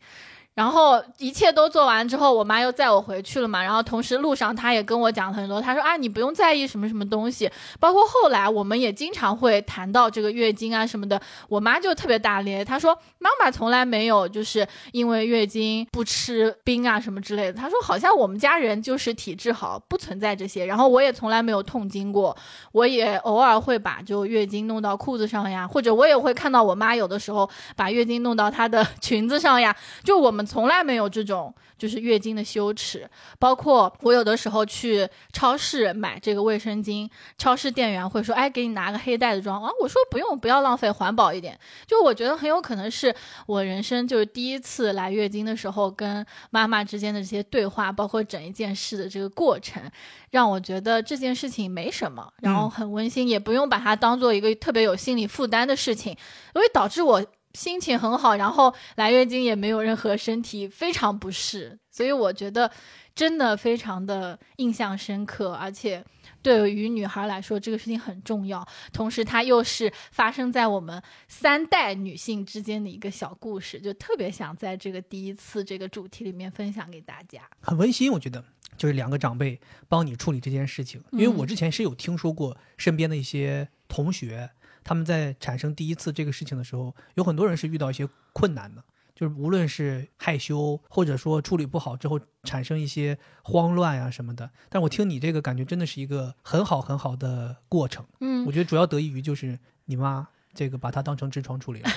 Speaker 2: 然后一切都做完之后，我妈又载我回去了嘛。然后同时路上她也跟我讲了很多，她说啊，你不用在意什么什么东西。包括后来我们也经常会谈到这个月经啊什么的，我妈就特别大咧，她说妈妈从来没有就是因为月经不吃冰啊什么之类的。她说好像我们家人就是体质好，不存在这些。然后我也从来没有痛经过，我也偶尔会把就月经弄到裤子上呀，或者我也会看到我妈有的时候把月经弄到她的 裙子上呀。就我们从来没有这种就是月经的羞耻，包括我有的时候去超市买这个卫生巾，超市店员会说，哎，给你拿个黑袋子装啊，我说不用，不要浪费，环保一点。就我觉得很有可能是我人生就是第一次来月经的时候，跟妈妈之间的这些对话，包括整一件事的这个过程，让我觉得这件事情没什么，然后很温馨，也不用把它当做一个特别有心理负担的事情，因为导致我心情很好，然后来月经也没有任何身体非常不适，所以我觉得真的非常的印象深刻，而且。对于女孩来说，这个事情很重要，同时它又是发生在我们三代女性之间的一个小故事，就特别想在这个第一次这个主题里面分享给大家。
Speaker 1: 很温馨，我觉得就是两个长辈帮你处理这件事情，因为
Speaker 2: 嗯
Speaker 1: 我之前是有听说过身边的一些同学，他们在产生第一次这个事情的时候，有很多人是遇到一些困难的，就是无论是害羞，或者说处理不好之后产生一些慌乱呀、什么的。但我听你这个感觉真的是一个很好很好的过程，
Speaker 2: 嗯
Speaker 1: 我，觉得主要得益于就是你妈这个把它当成痔疮处 理了。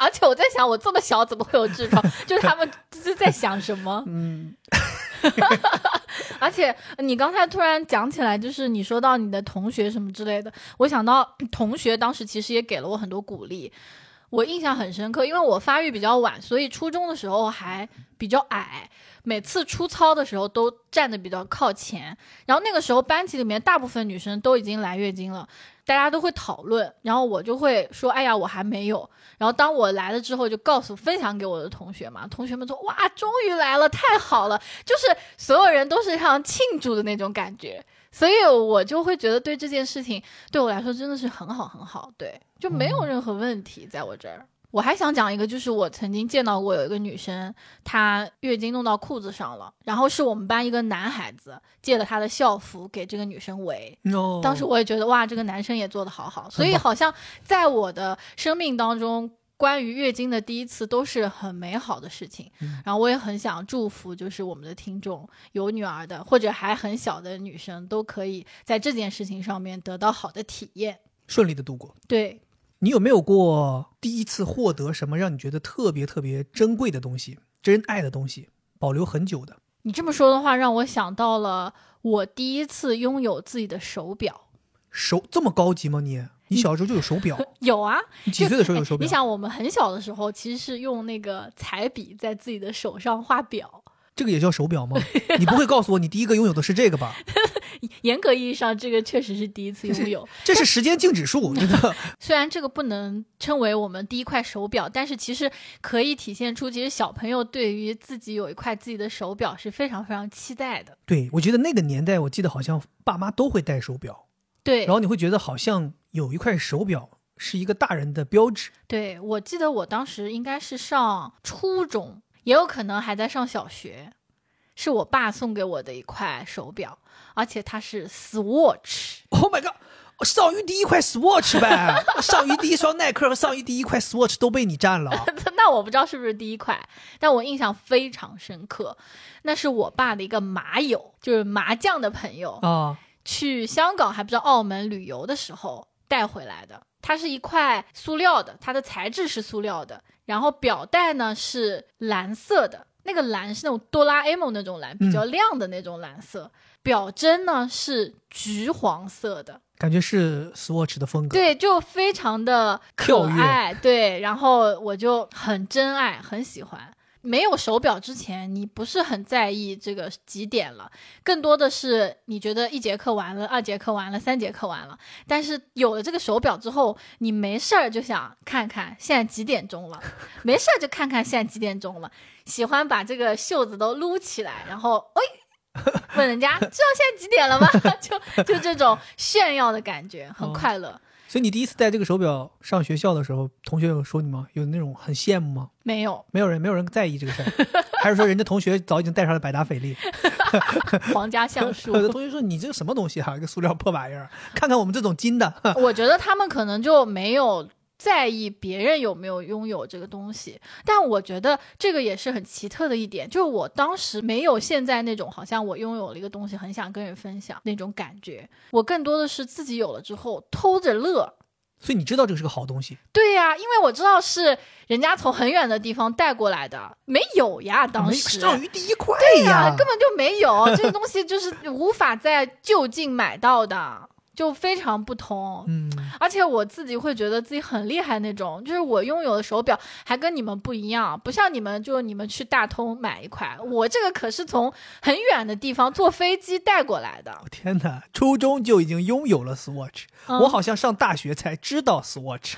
Speaker 2: 而且我在想，我这么小怎么会有痔疮？就是他们这是在想什么？
Speaker 1: 嗯，
Speaker 2: 而且你刚才突然讲起来，就是你说到你的同学什么之类的，我想到同学当时其实也给了我很多鼓励，我印象很深刻，因为我发育比较晚，所以初中的时候还比较矮，每次出操的时候都站得比较靠前，然后那个时候班级里面大部分女生都已经来月经了。大家都会讨论，然后我就会说：“哎呀，我还没有。”然后当我来了之后，就告诉分享给我的同学嘛，同学们说：“哇，终于来了，太好了！”就是所有人都是像庆祝的那种感觉，所以我就会觉得对这件事情对我来说真的是很好很好，对，就没有任何问题在我这儿。我还想讲一个，就是我曾经见到过有一个女生，她月经弄到裤子上了，然后是我们班一个男孩子借了她的校服给这个女生围，
Speaker 1: 哦，
Speaker 2: 当时我也觉得哇，这个男生也做得好好，所以
Speaker 1: 棒
Speaker 2: 好像在我的生命当中，关于月经的第一次都是很美好的事情。
Speaker 1: 嗯
Speaker 2: 然后我也很想祝福，就是我们的听众有女儿的或者还很小的女生，都可以在这件事情上面得到好的体验。
Speaker 1: 顺利的度过。
Speaker 2: 对，
Speaker 1: 你有没有过第一次获得什么让你觉得特别特别珍贵的东西、真爱的东西，保留很久的？
Speaker 2: 你这么说的话，让我想到了我第一次拥有自己的手表。
Speaker 1: 手这么高级吗你？你小时候就有手表？
Speaker 2: 有啊，
Speaker 1: 你几岁的时候有手
Speaker 2: 你
Speaker 1: 表？
Speaker 2: 想，我们很小的时候其实是用那个彩笔在自己的手上画表，
Speaker 1: 这个也叫手表吗？你不会告诉我你第一个拥有的是这个 吧？
Speaker 2: 严格意义上，这个确实是第一次拥有。
Speaker 1: 这是时间静止术，真 的。
Speaker 2: 虽然这个不能称为我们第一块手表，但是其实可以体现出，其实小朋友对于自己有一块自己的手表是非常非常期待的。
Speaker 1: 对，我觉得那个年代，我记得好像爸妈都会戴手表，
Speaker 2: 对
Speaker 1: 然，后你会觉得好像有一块手表是一个大人的标志。
Speaker 2: 对我记得我当时应该是上初中，也有可能还在上小学，是我爸送给我的一块手表，而且它是 Swatch。
Speaker 1: Oh my god！上于第一块 Swatch 呗，上于第一双耐克和上于第一块 Swatch 都被你占了。
Speaker 2: 那我不知道是不是第一块，但我印象非常深刻，那是我爸的一个麻友，就是麻将的朋友，
Speaker 1: 啊，
Speaker 2: 去香港还不知道澳门旅游的时候带回来的。它是一块塑料的，它的材质是塑料的，然后表带呢是蓝色的，那个蓝是那种哆啦 A 梦那种蓝，比较亮的那种蓝色。表针呢是橘黄色的，
Speaker 1: 感觉是 Swatch 的风格。
Speaker 2: 对，就非常的可
Speaker 1: 跳跃
Speaker 2: 爱，对，然后我就很真爱，很喜欢。没有手表之前，你不是很在意这个几点了，更多的是你觉得一节课完了，二节课完了，三节课完了。但是有了这个手表之后，你没事儿就想看看现在几点钟了，没事儿就看看现在几点钟了，喜欢把这个袖子都撸起来，然后哎。问人家知 道现在几点了吗？ 就就这种炫耀的感觉，很
Speaker 1: 哦
Speaker 2: 快乐。
Speaker 1: 所以你第一次戴这个手表上学校的时候，同学有说你吗？有那种很羡慕吗？
Speaker 2: 没有，
Speaker 1: 没有人，没有人在意这个事 儿，还是说人家同学早已经戴上了百达翡丽？
Speaker 2: 皇家橡树
Speaker 1: 有。的同学说你这个什么东西啊，一个塑料破玩意儿，看看我们这种金的。
Speaker 2: 我觉得他们可能就没有在意别人有没有拥有这个东西，但我觉得这个也是很奇特的一点，就是我当时没有现在那种好像我拥有了一个东西很想跟人分享那种感觉，我更多的是自己有了之后偷着乐。
Speaker 1: 所以你知道这个是个好东西，
Speaker 2: 对呀、因为我知道是人家从很远的地方带过来的，没有呀，当
Speaker 1: 没
Speaker 2: 时
Speaker 1: 上于第一块
Speaker 2: 对
Speaker 1: 呀，
Speaker 2: 根本就没有这个东西，就是无法在就近买到的，就非常不同。
Speaker 1: 嗯，
Speaker 2: 而且我自己会觉得自己很厉害那种，就是我拥有的手表还跟你们不一样，不像你们就你们去大通买一块，我这个可是从很远的地方坐飞机带过来的。
Speaker 1: 我天哪，初中就已经拥有了 Swatch，、
Speaker 2: 嗯
Speaker 1: 我好像上大学才知道 Swatch。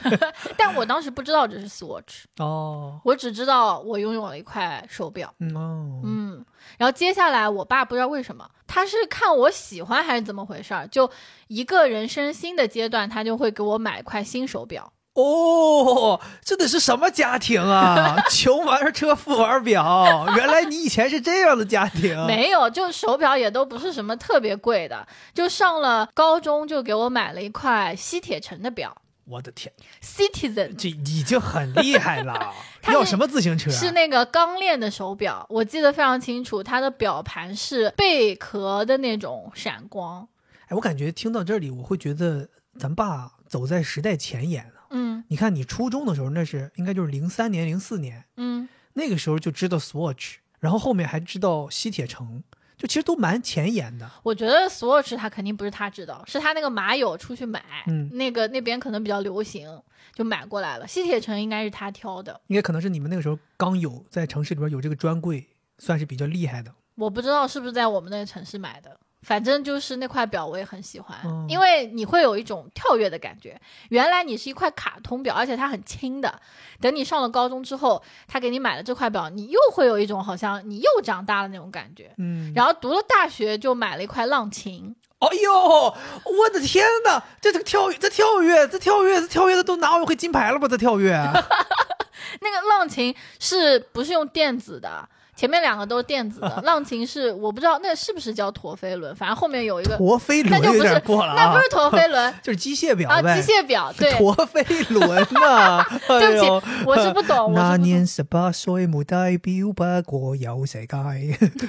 Speaker 2: 但我当时不知道这是 Swatch，
Speaker 1: 哦，
Speaker 2: 我只知道我拥有了一块手表。
Speaker 1: 嗯哦，
Speaker 2: 嗯，然后接下来我爸不知道为什么，他是看我喜欢还是怎么回事儿，就一个人生新的阶段，他就会给我买一块新手表。
Speaker 1: 哦，这得是什么家庭啊？穷玩车，富玩表。原来你以前是这样的家庭。
Speaker 2: 没有，就手表也都不是什么特别贵的，就上了高中就给我买了一块西铁城的表，
Speaker 1: 我的天，
Speaker 2: Citizen。
Speaker 1: 这已经很厉害了
Speaker 2: 它
Speaker 1: 要
Speaker 2: 是
Speaker 1: 什么自行车、啊？
Speaker 2: 是那个钢链的手表，我记得非常清楚，它的表盘是贝壳的那种闪光。
Speaker 1: 哎，我感觉听到这里，我会觉得咱爸走在时代前沿了。
Speaker 2: 嗯
Speaker 1: 你看，你初中的时候，那是应该就是零三年、零四年，
Speaker 2: 嗯，
Speaker 1: 那个时候就知道 Swatch，然后后面还知道西铁城，就其实都蛮前沿的。
Speaker 2: 我觉得 Swatch 他肯定不是他知道，是他那个马友出去买，
Speaker 1: 嗯
Speaker 2: 那个那边可能比较流行，就买过来了。西铁城应该是他挑的，
Speaker 1: 应该可能是你们那个时候刚有在城市里边有这个专柜，算是比较厉害的。
Speaker 2: 我不知道是不是在我们那个城市买的。反正就是那块表我也很喜欢，
Speaker 1: 嗯
Speaker 2: 因为你会有一种跳跃的感觉。原来你是一块卡通表，而且它很轻的。等你上了高中之后，他给你买了这块表，你又会有一种好像你又长大了那种感觉。
Speaker 1: 嗯，
Speaker 2: 然后读了大学就买了一块浪琴，
Speaker 1: 哎呦，我的天哪！这这个跳跃，这跳跃，这跳跃，这跳跃，这都拿奥运会金牌了吧？这跳 跃，
Speaker 2: 那个浪琴是不是用电子的？前面两个都是电子 的，浪琴是我不知道那是不是叫陀飞轮，反正后面有一个，
Speaker 1: 陀飞
Speaker 2: 那
Speaker 1: 轮
Speaker 2: 就
Speaker 1: 有
Speaker 2: 不是
Speaker 1: 点，过了
Speaker 2: 那
Speaker 1: 啊
Speaker 2: 不，是陀飞轮
Speaker 1: 就是机械 表
Speaker 2: 啊，
Speaker 1: 呗，
Speaker 2: 机械表对。
Speaker 1: 陀飞轮呐、
Speaker 2: 对不起
Speaker 1: 哎呦
Speaker 2: 我是不懂，我
Speaker 1: 那
Speaker 2: 是不懂，
Speaker 1: 年十八岁，没代表不过有世 界。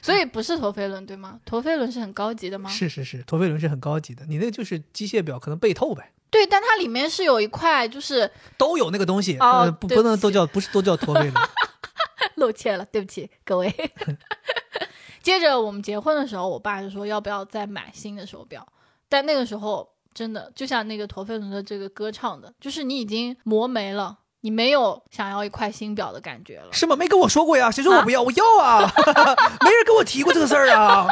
Speaker 2: 所以不是陀飞轮对吗？陀飞轮是很高级的吗？
Speaker 1: 是是是，陀飞轮是很高级的，你那个就是机械表，可能背透呗，
Speaker 2: 对，但它里面是有一块就是
Speaker 1: 都有那个东西，
Speaker 2: 哦
Speaker 1: 呃不
Speaker 2: 对不
Speaker 1: 不能
Speaker 2: 起
Speaker 1: 都叫不是都叫陀飞轮。
Speaker 2: 露怯了，对不起各 位。接着我们结婚的时候，我爸就说要不要再买新的手表，但那个时候真的就像那个陀飞轮的这个歌唱的，就是你已经磨没了，你没有想要一块新表的感觉了。
Speaker 1: 是吗？没跟我说过呀？谁说我不 要？我要啊！ 没人跟我提过这个事儿啊！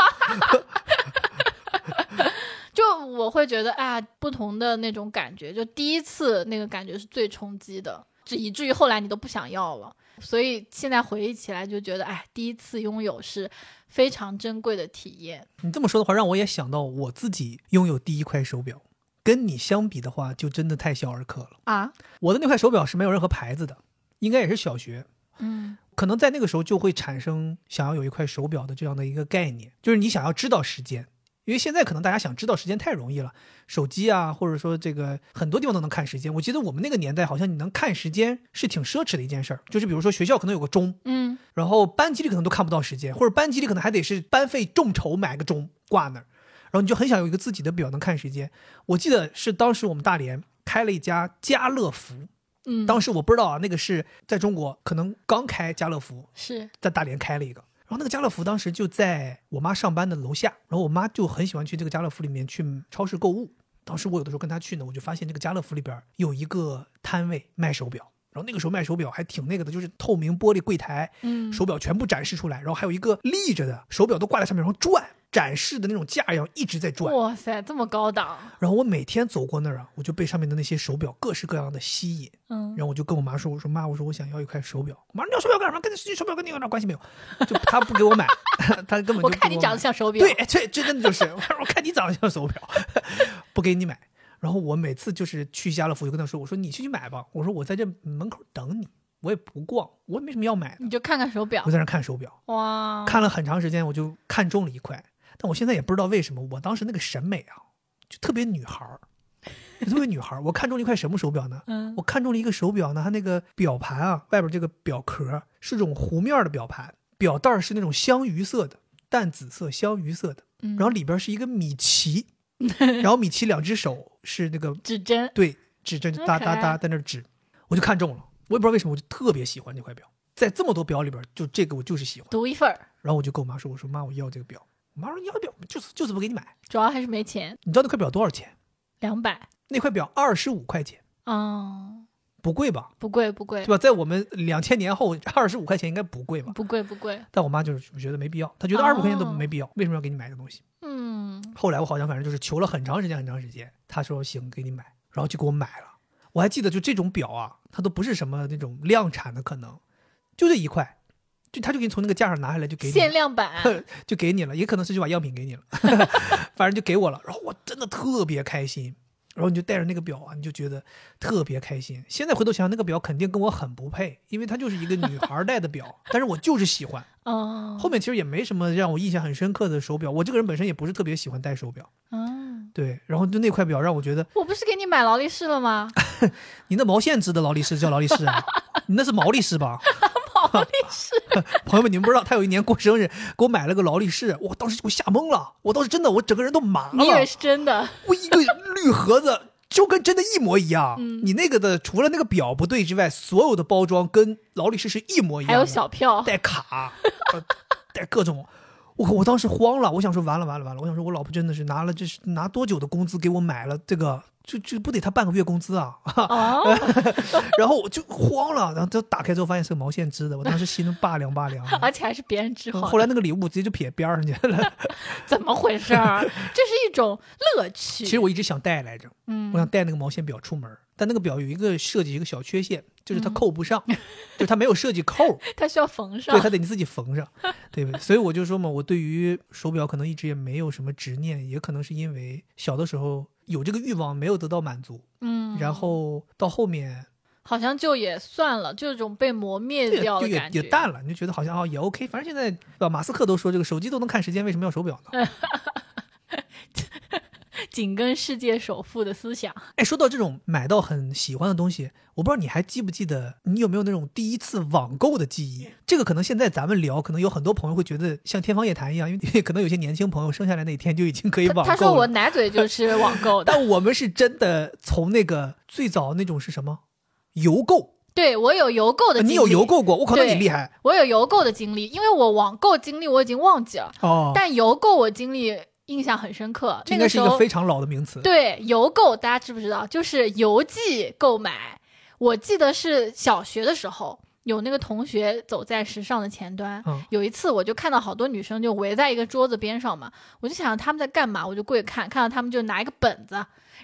Speaker 2: 就我会觉得啊，不同的那种感觉，就第一次那个感觉是最冲击的，这以至于后来你都不想要了。所以现在回忆起来就觉得，哎，第一次拥有是非常珍贵的体验。
Speaker 1: 你这么说的话，让我也想到我自己拥有第一块手表，跟你相比的话，就真的太小儿科了。
Speaker 2: 啊，
Speaker 1: 我的那块手表是没有任何牌子的，应该也是小学，
Speaker 2: 嗯
Speaker 1: 可能在那个时候就会产生想要有一块手表的这样的一个概念，就是你想要知道时间。因为现在可能大家想知道时间太容易了，手机啊，或者说这个很多地方都能看时间。我记得我们那个年代，好像你能看时间是挺奢侈的一件事儿，就是比如说学校可能有个钟，
Speaker 2: 嗯，
Speaker 1: 然后班级里可能都看不到时间，或者班级里可能还得是班费众筹买个钟挂那儿，然后你就很想有一个自己的表能看时间。我记得是当时我们大连开了一家家乐福，
Speaker 2: 嗯，
Speaker 1: 当时我不知道啊，那个是在中国可能刚开家乐福，
Speaker 2: 是
Speaker 1: 在大连开了一个。然后那个家乐福当时就在我妈上班的楼下，然后我妈就很喜欢去这个家乐福里面去超市购物。当时我有的时候跟她去呢，我就发现这个家乐福里边有一个摊位卖手表，然后那个时候卖手表还挺那个的，就是透明玻璃柜台，
Speaker 2: 嗯
Speaker 1: 手表全部展示出来，然后还有一个立着的手表都挂在上面，然后转展示的那种架一样一直在转。
Speaker 2: 哇塞，这么高档，
Speaker 1: 然后我每天走过那儿啊，我就被上面的那些手表各式各样的吸引，
Speaker 2: 嗯
Speaker 1: 然，后我就跟我妈说：“我说妈，我说我想要一块手表。”我妈说：“你要手表干什么？跟这实际手表跟你有点关系没有？”就她不给我买， 她根本就
Speaker 2: 我
Speaker 1: 不给
Speaker 2: 看你长得
Speaker 1: 买
Speaker 2: 像手表，
Speaker 1: 对，哎这这真的就是我说我看你长得像手表， 不给你买。然后我每次就是去家乐福，就跟她说：“我说你去去买吧，我说我在这门口等你，我也不逛，我也没什么要买的，
Speaker 2: 你就看看手表
Speaker 1: 我，在那儿看手表。”
Speaker 2: 哇，
Speaker 1: 看了很长时间，我就看中了一块，但我现在也不知道为什么，我当时那个审美啊，就特别女孩儿，就特别女孩儿。我看中了一块什么手表呢？
Speaker 2: 嗯
Speaker 1: 我看中了一个手表呢，它那个表盘啊，外边这个表壳是这种弧面的表盘，表带儿是那种香芋色的，淡紫色香芋色的，
Speaker 2: 嗯
Speaker 1: 然后里边是一个米 奇，然后米奇两只手是那个
Speaker 2: 指针，
Speaker 1: 对，指针就哒哒
Speaker 2: 很可爱
Speaker 1: 哒在那儿指，我就看中了，我也不知道为什么，我就特别喜欢这块表，在这么多表里边，就这个我就是喜欢。
Speaker 2: 独一份儿，然
Speaker 1: 然后我就跟我妈说：“我说妈，我要这个表。”我妈说：“你要表就是就是不给你买。
Speaker 2: 主要还是没钱，
Speaker 1: 你知道那块表多少钱？
Speaker 2: 两百，
Speaker 1: 那块表二十五块钱，
Speaker 2: 嗯，
Speaker 1: 不贵吧？
Speaker 2: 不贵不贵
Speaker 1: 对吧？在我们两千年后，二十五块钱应该不贵吧？
Speaker 2: 不贵不贵，
Speaker 1: 但我妈就是觉得没必要，她觉得
Speaker 2: 哦
Speaker 1: 二十五块钱都没必要，为什么要给你买这东西？
Speaker 2: 嗯，
Speaker 1: 后来我好像反正就是求了很长时间很长时间，她说行，给你买，然后就给我买了。我还记得，就这种表啊，它都不是什么那种量产的，可能就这一块，就她就给你从那个架上拿下来就给你了哦
Speaker 2: 限 量版，
Speaker 1: 就给你了，也可能是就把样品给你了，反正就给我了。然后我真的特别开心，然后你就戴着那个表啊，你就觉得特别开心。现在回头想想，那个表肯定跟我很不配，因为它就是一个女孩儿戴的表，但是我就是喜欢。
Speaker 2: 嗯，
Speaker 1: 后面其实也没什么让我印象很深刻的手表，我这个人本身也不是特别喜欢戴手表，
Speaker 2: 嗯，
Speaker 1: 对，然后就那块表让我觉得，
Speaker 2: 我不是给你买劳力士了吗？
Speaker 1: 啊你那毛线织的劳力士叫劳力士 啊，你那是毛力士吧？
Speaker 2: 毛力士，
Speaker 1: 朋友们，你们不知道，他有一年过生日，给我买了个劳力士，我当时给我吓懵了，我当时真的，我整个人都麻
Speaker 2: 你以为
Speaker 1: 了，
Speaker 2: 是真的？
Speaker 1: 我一个绿盒子就跟真的一模一样。
Speaker 2: 嗯
Speaker 1: 你那个的除了那个表不对之外，所有的包装跟劳力士是一模一样
Speaker 2: 还
Speaker 1: 的，
Speaker 2: 有小票，
Speaker 1: 带卡，呃带各种。我靠！我当时慌了，我想说完了完了完了！我想说，我老婆真的是拿了这是拿多久的工资给我买了这个，这这不得她半个月工资啊！
Speaker 2: 哦，
Speaker 1: 然后我就慌了，然后就打开之后发现是个毛线织的，我当时心中拔凉拔凉的。
Speaker 2: 而且还是别人织
Speaker 1: 嗯
Speaker 2: 好
Speaker 1: 啊
Speaker 2: 嗯
Speaker 1: 后
Speaker 2: 的，
Speaker 1: 来那个礼物直接就撇边儿上去了。
Speaker 2: 怎么回事 儿？这是一种乐趣。
Speaker 1: 其实我一直想带来着，
Speaker 2: 嗯
Speaker 1: 我想带那个毛线表出门儿，但那个表有一个设计一个小缺陷，就是它
Speaker 2: 嗯
Speaker 1: 扣不上，就是它没有设计扣儿，
Speaker 2: 它需要缝上
Speaker 1: 对，，它得你自己缝上，对不对？所以我就说嘛，我对于手表可能一直也没有什么执念，也可能是因为小的时候有这个欲望没有得到满足，
Speaker 2: 嗯，
Speaker 1: 然后到后面
Speaker 2: 好像就也算了，就有种被磨灭
Speaker 1: 也
Speaker 2: 掉
Speaker 1: 就
Speaker 2: 的
Speaker 1: 也
Speaker 2: 感觉。
Speaker 1: 也淡了，你就觉得好像啊也 OK，反正现在对吧？马斯克都说这个手机都能看时间，为什么要手表呢？
Speaker 2: 紧跟世界首富的思想，
Speaker 1: 哎，说到这种买到很喜欢的东西，我不知道你还记不记得，你有没有那种第一次网购的记忆？这个可能现在咱们聊，可能有很多朋友会觉得像天方夜谭一样，因为因为 可能有些年轻朋友生下来那一天就已经可以
Speaker 2: 他
Speaker 1: 网
Speaker 2: 他说
Speaker 1: 购
Speaker 2: 我
Speaker 1: 了。
Speaker 2: 奶 嘴就是网购的，
Speaker 1: 但我们是真的从那个最早那种是什么邮购，
Speaker 2: 对我有邮购
Speaker 1: 呃
Speaker 2: 的经历，
Speaker 1: 你有邮，购过？我靠，那你
Speaker 2: 对
Speaker 1: 厉害
Speaker 2: 我有邮购的经历，因为我网购经历我已经忘记了，
Speaker 1: 哦！
Speaker 2: 但邮购我经历印象很深刻。
Speaker 1: 这
Speaker 2: 那
Speaker 1: 应该是
Speaker 2: 时
Speaker 1: 一个
Speaker 2: 候
Speaker 1: 非常老的名词。
Speaker 2: 对邮购，大家知不知道？就是邮寄购买。我记得是小学的时候，有那个同学走在时尚的前端。
Speaker 1: 嗯
Speaker 2: 有一次，我就看到好多女生就围在一个桌子边上嘛，我就想她们在干嘛，我就过去看，看到她们就拿一个本子，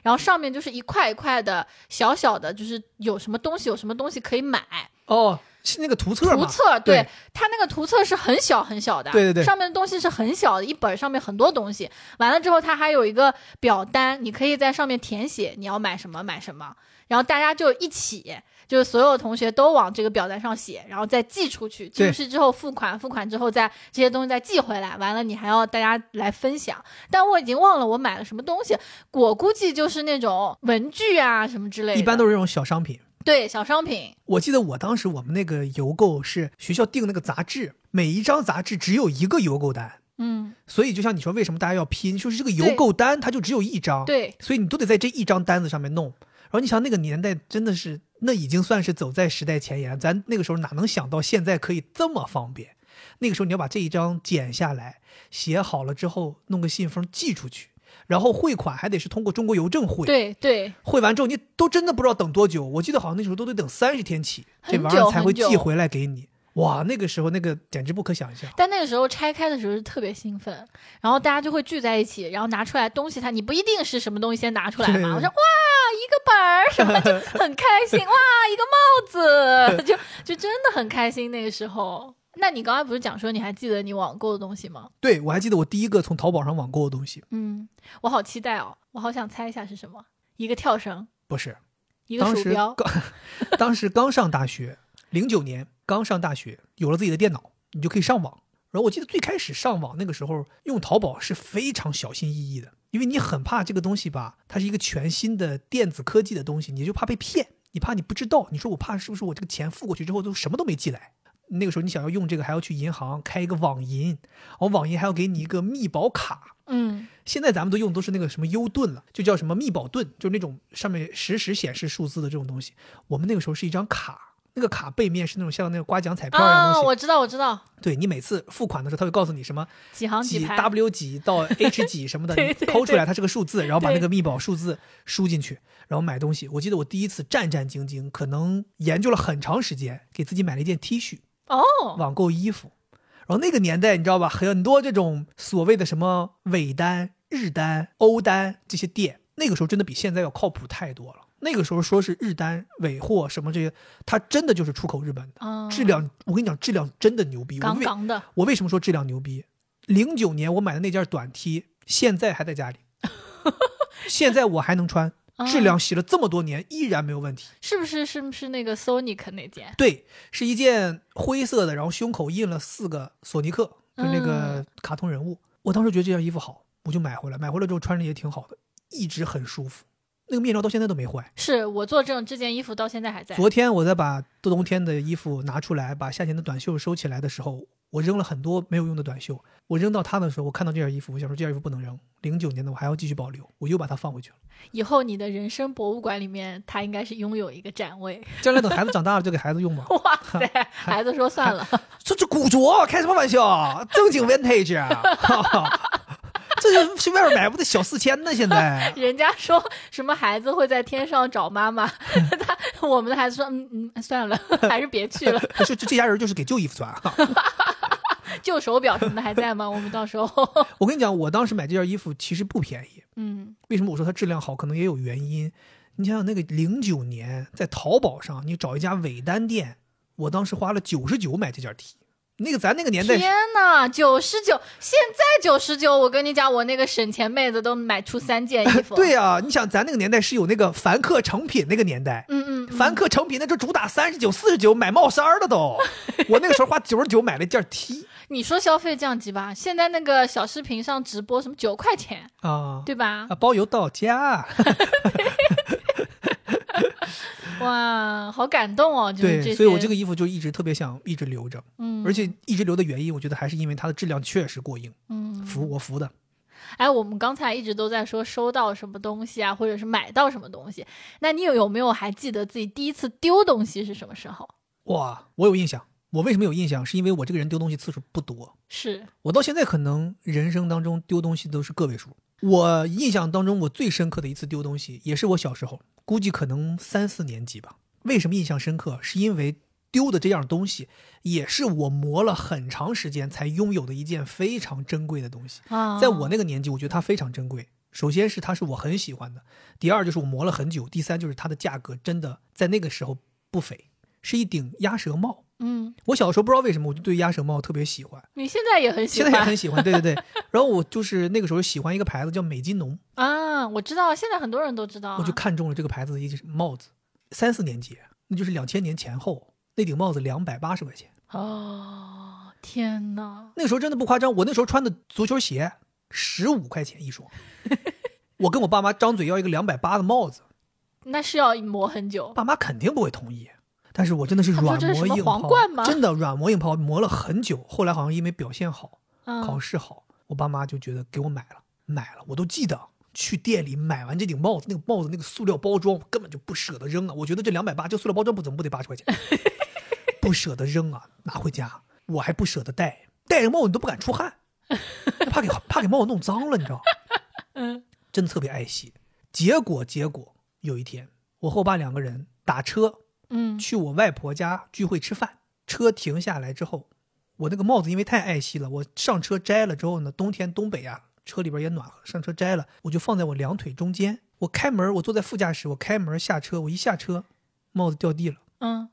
Speaker 2: 然后上面就是一块一块的小小的，就是有什么东西有什么东西可以买
Speaker 1: 哦，是那个图册
Speaker 2: 图
Speaker 1: 嘛？
Speaker 2: 册。
Speaker 1: 对
Speaker 2: 它那个图册是很小很小的，
Speaker 1: 对对对
Speaker 2: 上面的东西是很小的，一本上面很多东西。完了之后，它还有一个表单，你可以在上面填写你要买什么买什么，然后大家就一起，就是所有同学都往这个表单上写，然后再寄出去，寄
Speaker 1: 对
Speaker 2: 出去之后付款，付款之后再这些东西再寄回来。完了，你还要大家来分享。但我已经忘了我买了什么东西，我估计就是那种文具啊什么之类的，
Speaker 1: 一般都
Speaker 2: 是
Speaker 1: 是这种小商品。
Speaker 2: 对小商品。
Speaker 1: 我记得我当时我们那个邮购是学校订那个杂志，每一张杂志只有一个邮购单，
Speaker 2: 嗯，
Speaker 1: 所以就像你说，为什么大家要拼，就是这个邮购单它就只有一张，，
Speaker 2: 对，
Speaker 1: 所以你都得在这一张单子上面弄。然后你想那个年代真的是，那已经算是走在时代前沿，咱那个时候哪能想到现在可以这么方便？那个时候你要把这一张剪下来，写好了之后弄个信封寄出去，然后汇款还得是通过中国邮政汇，
Speaker 2: 对对，
Speaker 1: 汇完之后，你都真的不知道等多久。我记得好像那时候都得等三十天起，这
Speaker 2: 很
Speaker 1: 玩意儿
Speaker 2: 久
Speaker 1: 才会
Speaker 2: 很久
Speaker 1: 寄回来给你。哇，那个时候那个简直不可想象。
Speaker 2: 但那个时候拆开的时候是特别兴奋，然后大家就会聚在一起，然后拿出来东西它，你不一定是什么东西先拿出来
Speaker 1: 对
Speaker 2: 嘛。我说哇，一个本儿什么 就很开心，哇，一个帽子，就就真的很开心那个时候。那你刚才不是讲说你还记得你网购的东西吗？
Speaker 1: 对我还记得我第一个从淘宝上网购的东西，
Speaker 2: 嗯，我好期待哦，我好想猜一下是什么，一个跳绳，
Speaker 1: 不是
Speaker 2: 一个
Speaker 1: 当
Speaker 2: 鼠
Speaker 1: 时
Speaker 2: 标
Speaker 1: 刚，，当时刚上大学，零九年刚上大学，有了自己的电脑，你就可以上网。然后我记得最开始上网那个时候用淘宝是非常小心翼翼的，因为你很怕这个东西吧，它是一个全新的电子科技的东西，你就怕被骗，你怕你不知道，你说我怕是不是我这个钱付过去之后都什么都没寄来。那个时候你想要用这个，还要去银行开一个网银，然后网银还要给你一个密保卡，
Speaker 2: 嗯
Speaker 1: 现在咱们都用的都是那个什么优盾了，就叫什么密保盾，就那种上面实时显示数字的这种东西。我们那个时候是一张卡，那个卡背面是那种像那个刮奖彩票一样的
Speaker 2: 啊，
Speaker 1: 东西。
Speaker 2: 我知道我知道，
Speaker 1: 对你每次付款的时候，他会告诉你什么
Speaker 2: 几行
Speaker 1: 几
Speaker 2: 排，
Speaker 1: W 几到 H 几什么的，
Speaker 2: 对
Speaker 1: 你
Speaker 2: 对
Speaker 1: 抠出
Speaker 2: 对
Speaker 1: 来它是个数字，然后把那
Speaker 2: 对
Speaker 1: 个密保数字输进去，然后买东西。我记得我第一次战战兢兢，可能研究了很长时间，给自己买了一件 T 恤。
Speaker 2: 哦，
Speaker 1: 网购衣服。然后那个年代，你知道吧，很多这种所谓的什么伪单、日单、欧单这些店，那个时候真的比现在要靠谱太多了。那个时候说是日单、尾货什么这些，它真的就是出口日本的，
Speaker 2: 嗯，
Speaker 1: 质量我跟你讲，质量真的牛逼。我
Speaker 2: 杠
Speaker 1: 为
Speaker 2: 杠的，
Speaker 1: 我为什么说质量牛逼？零九年我买的那件短 T，现在还在 家里，现在我还能穿，
Speaker 2: 哦
Speaker 1: 质量洗了这么多年依然没有问题。
Speaker 2: 是不是是不是那个 Sonic 那件？
Speaker 1: 对，是一件灰色的，然后胸口印了四个索尼克，就那个卡通人物。我当时觉得这件衣服好，我就买回来。买回来之后穿着也挺好的，一直很舒服，那个面罩到现在都没坏。
Speaker 2: 是我做证，这件衣服到现在还在。
Speaker 1: 昨天我在把冬天的衣服拿出来，把夏天的短袖收起来的时候，我扔了很多没有用的短袖。我扔到它的时候，我看到这件衣服，我想说这件衣服不能扔。零九年的我还要继续保留，我又把它放回去了。
Speaker 2: 以后你的人生博物馆里面，它应该是拥有一个展位。。
Speaker 1: 将来等孩子长大了就给孩子用吧
Speaker 2: 哇 塞，孩子说算了，
Speaker 1: 这这古着，啊开什么玩笑？正经 vintage，啊这去外面买不得小四千呢？现在
Speaker 2: 人家说什么孩子会在天上找妈妈， 他我们的孩子说嗯嗯算了，还是 别去了。
Speaker 1: 就就这家人就是给旧衣服穿啊。
Speaker 2: 旧手表什么的还在吗？我们到 时候
Speaker 1: 我跟你讲，我当时买这件衣服其实不便宜，
Speaker 2: 嗯
Speaker 1: 为什么我说它质量好？可能也有原因。你想想，那个零九年在淘宝上，你找一家尾单店，我当时花了九十九买这件 T。那个哎咱那个年代是，
Speaker 2: 天哪，九十九！现在九十九，我跟你讲，我那个省钱妹子都买出三件衣 服。
Speaker 1: 对呀、你想咱那个年代是有那个凡客诚品那个年代，
Speaker 2: 嗯，嗯嗯，
Speaker 1: 凡客诚品那就主打三十九、四十九买帽衫儿的都。我那个时候花九十九买了一件 T
Speaker 2: 你说消费降级吧，现在那个小视频上直播什么九块钱，
Speaker 1: 啊
Speaker 2: 对吧
Speaker 1: 啊，？包邮到家。
Speaker 2: 嗯 哇，好感动哦！就是
Speaker 1: 对，
Speaker 2: 些
Speaker 1: 所以我这个衣服就一直特别想一直留着，
Speaker 2: 嗯，
Speaker 1: 而且一直留的原因，我觉得还是因为它的质量确实过硬，
Speaker 2: 嗯，
Speaker 1: 服我服的。
Speaker 2: 哎，我们刚才一直都在说收到什么东西啊，或者是买到什么东西，那你有有没有还记得自己第一次丢东西是什么时候？
Speaker 1: 哇，我有印象。我为什么有印象？是因为我这个人丢东西次数不多，
Speaker 2: 是
Speaker 1: 我到现在可能人生当中丢东西都是个位数。我印象当中，我最深刻的一次丢东西，也是我小时候，估计可能三四年级吧。为什么印象深刻？是因为丢的这样东西，也是我磨了很长时间才拥有的一件非常珍贵的东西。
Speaker 2: 啊，
Speaker 1: 在我那个年纪，我觉得它非常珍贵。首先是它是我很喜欢的，第二就是我磨了很久，第三就是它的价格真的在那个时候不菲，是一顶鸭舌帽。
Speaker 2: 嗯，
Speaker 1: 我小时候不知道为什么，我就对鸭舌帽特别喜欢，
Speaker 2: 你现在也很喜
Speaker 1: 现
Speaker 2: 欢
Speaker 1: 在也很喜欢。对对对，然后我就是那个时候喜欢一个牌子叫美津浓，
Speaker 2: 啊，我知道，现在很多人都知道、啊，
Speaker 1: 我就看中了这个牌子的一只帽子。三四年级，那就是两千年前后，那顶帽子两百八十块钱。
Speaker 2: 哦，天哪！
Speaker 1: 那个时候真的不夸张，我那时候穿的足球鞋十五块钱一 双，我跟我爸妈张嘴要一个两百八的帽子，
Speaker 2: 那是要磨很久，
Speaker 1: 爸妈肯定不会同意。但是我真的是
Speaker 2: 他说
Speaker 1: 软
Speaker 2: 这是
Speaker 1: 磨
Speaker 2: 什么
Speaker 1: 硬
Speaker 2: 皇冠吗
Speaker 1: 泡，真的软磨硬泡，磨了很久。后来好像因为表现好，考
Speaker 2: 嗯，
Speaker 1: 试好，我爸妈就觉得给我买了，买了，我都记得去店里买完这顶帽子，那个帽子那个塑料包装我根本就不舍得扔啊，我觉得这两百八，这塑料包装不怎么不得八 十块钱，不舍得扔啊，拿回家我还不舍得戴，戴着帽子你都不敢出汗，怕 给怕给帽子弄脏了，你知道吗？
Speaker 2: 嗯，
Speaker 1: 真的特别爱惜。结果结果有一天，我和我爸两个人打车
Speaker 2: 嗯，
Speaker 1: 去我外婆家聚会吃饭，车停下来之后，我那个帽子因为太爱惜了，我上车摘了之后呢，冬天东北啊，车里边也暖和，上车摘了，我就放在我两腿中间。我开门，我坐在副驾驶，我开门下车，我一下车，帽子掉地了，
Speaker 2: 嗯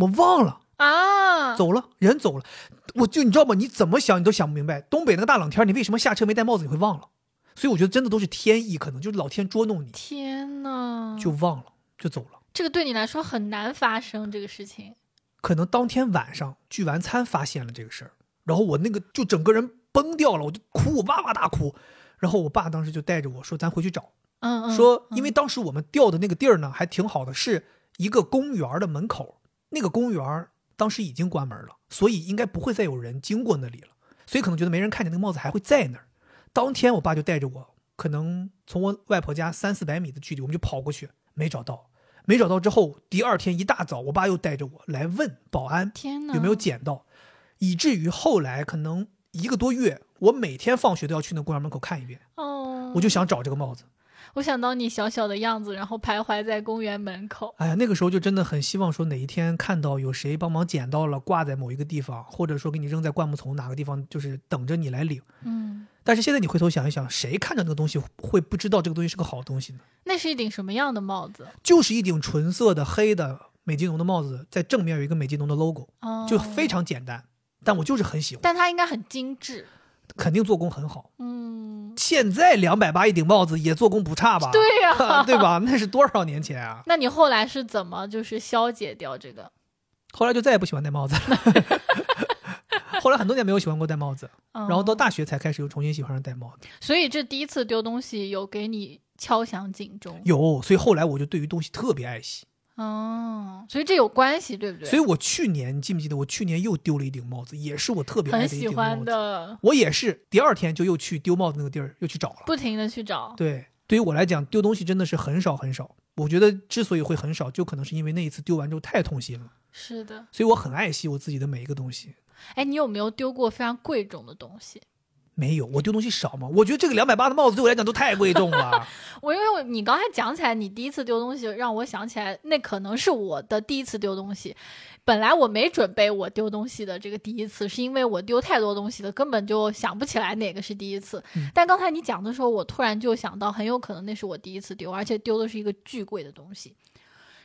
Speaker 1: 我忘了
Speaker 2: 啊，
Speaker 1: 走了，人走了，我就你知道吗？你怎么想你都想不明白，东北那个大冷天，你为什么下车没戴帽子你会忘了？所以我觉得真的都是天意，可能就是老天捉弄你，
Speaker 2: 天哪！
Speaker 1: 就忘了，就走了。
Speaker 2: 这个对你来说很难发生这个事情，
Speaker 1: 可能当天晚上聚完餐发现了这个事儿，然后我那个就整个人崩掉了，我就哭，我哇哇大哭。然后我爸当时就带着我说：“咱回去找。
Speaker 2: 嗯嗯，
Speaker 1: 说因为当时我们掉的那个地儿呢还挺好的，是一个公园的门口，那个公园当时已经关门了，所以应该不会再有人经过那里了，所以可能觉得没人看见那个帽子还会在那儿。当天我爸就带着我，可能从我外婆家三四百米的距离，我们就跑过去，没找到。没找到之后，第二天一大早，我爸又带着我来问保安，
Speaker 2: 天哪，
Speaker 1: 有没有捡到，以至于后来可能一个多月，我每天放学都要去那公园门口看一遍，
Speaker 2: 哦，
Speaker 1: 我就想找这个帽子。
Speaker 2: 我想到你小小的样子，然后徘徊在公园门口，
Speaker 1: 哎呀，那个时候就真的很希望说哪一天看到有谁帮忙捡到了，挂在某一个地方，或者说给你扔在灌木丛哪个地方，就是等着你来领。
Speaker 2: 嗯，
Speaker 1: 但是现在你回头想一想，谁看着那个东西会不知道这个东西是个好东西呢？
Speaker 2: 那是一顶什么样的帽子？
Speaker 1: 就是一顶纯色的黑的美津浓的帽子，在正面有一个美津浓的 logo，
Speaker 2: 哦，
Speaker 1: 就非，常简单，但我就是很喜欢，
Speaker 2: 但它应该很精致，
Speaker 1: 肯定做工很好。
Speaker 2: 嗯，
Speaker 1: 现在两百八一顶帽子也做工不差吧？
Speaker 2: 对呀、
Speaker 1: 对吧？那是多少年前啊？
Speaker 2: 那你后来是怎么就是消解掉这个？
Speaker 1: 后来就再也不喜欢戴帽子了。 后来很多年没有喜欢过戴帽子，
Speaker 2: 然
Speaker 1: 然后到大学才开始又重新喜欢上戴帽子。
Speaker 2: 嗯所以这第一次丢东西有给你敲响警钟
Speaker 1: 有，所以后来我就对于东西特别爱惜。
Speaker 2: 哦，所以这有关系，对不对？
Speaker 1: 所以我去年记不记得，我去年又丢了一顶帽子，也是我特别爱
Speaker 2: 很
Speaker 1: 的一
Speaker 2: 喜
Speaker 1: 顶帽
Speaker 2: 欢
Speaker 1: 子。
Speaker 2: 的，
Speaker 1: 我也是第二天就又去丢帽子那个地儿又去找了。
Speaker 2: 不停的去找。
Speaker 1: 对，对于我来讲，丢东西真的是很少很少。我觉得之所以会很少，就可能是因为那一次丢完之后太痛心了，
Speaker 2: 是的，
Speaker 1: 所以我很爱惜我自己的每一个东西。
Speaker 2: 哎，你有没有丢过非常贵重的东西？
Speaker 1: 没有，我丢东西少嘛？我觉得这个两百八的帽子对我来讲都太贵重 了。
Speaker 2: 我因为我你刚才讲起来，你第一次丢东西，让我想起来，那可能是我的第一次丢东西。本来我没准备我丢东西的这个第一次，是因为我丢太多东西了，根本就想不起来哪个是第一次。
Speaker 1: 嗯
Speaker 2: 但刚才你讲的时候，我突然就想到，很有可能那是我第一次丢，而且丢的是一个巨贵的东西，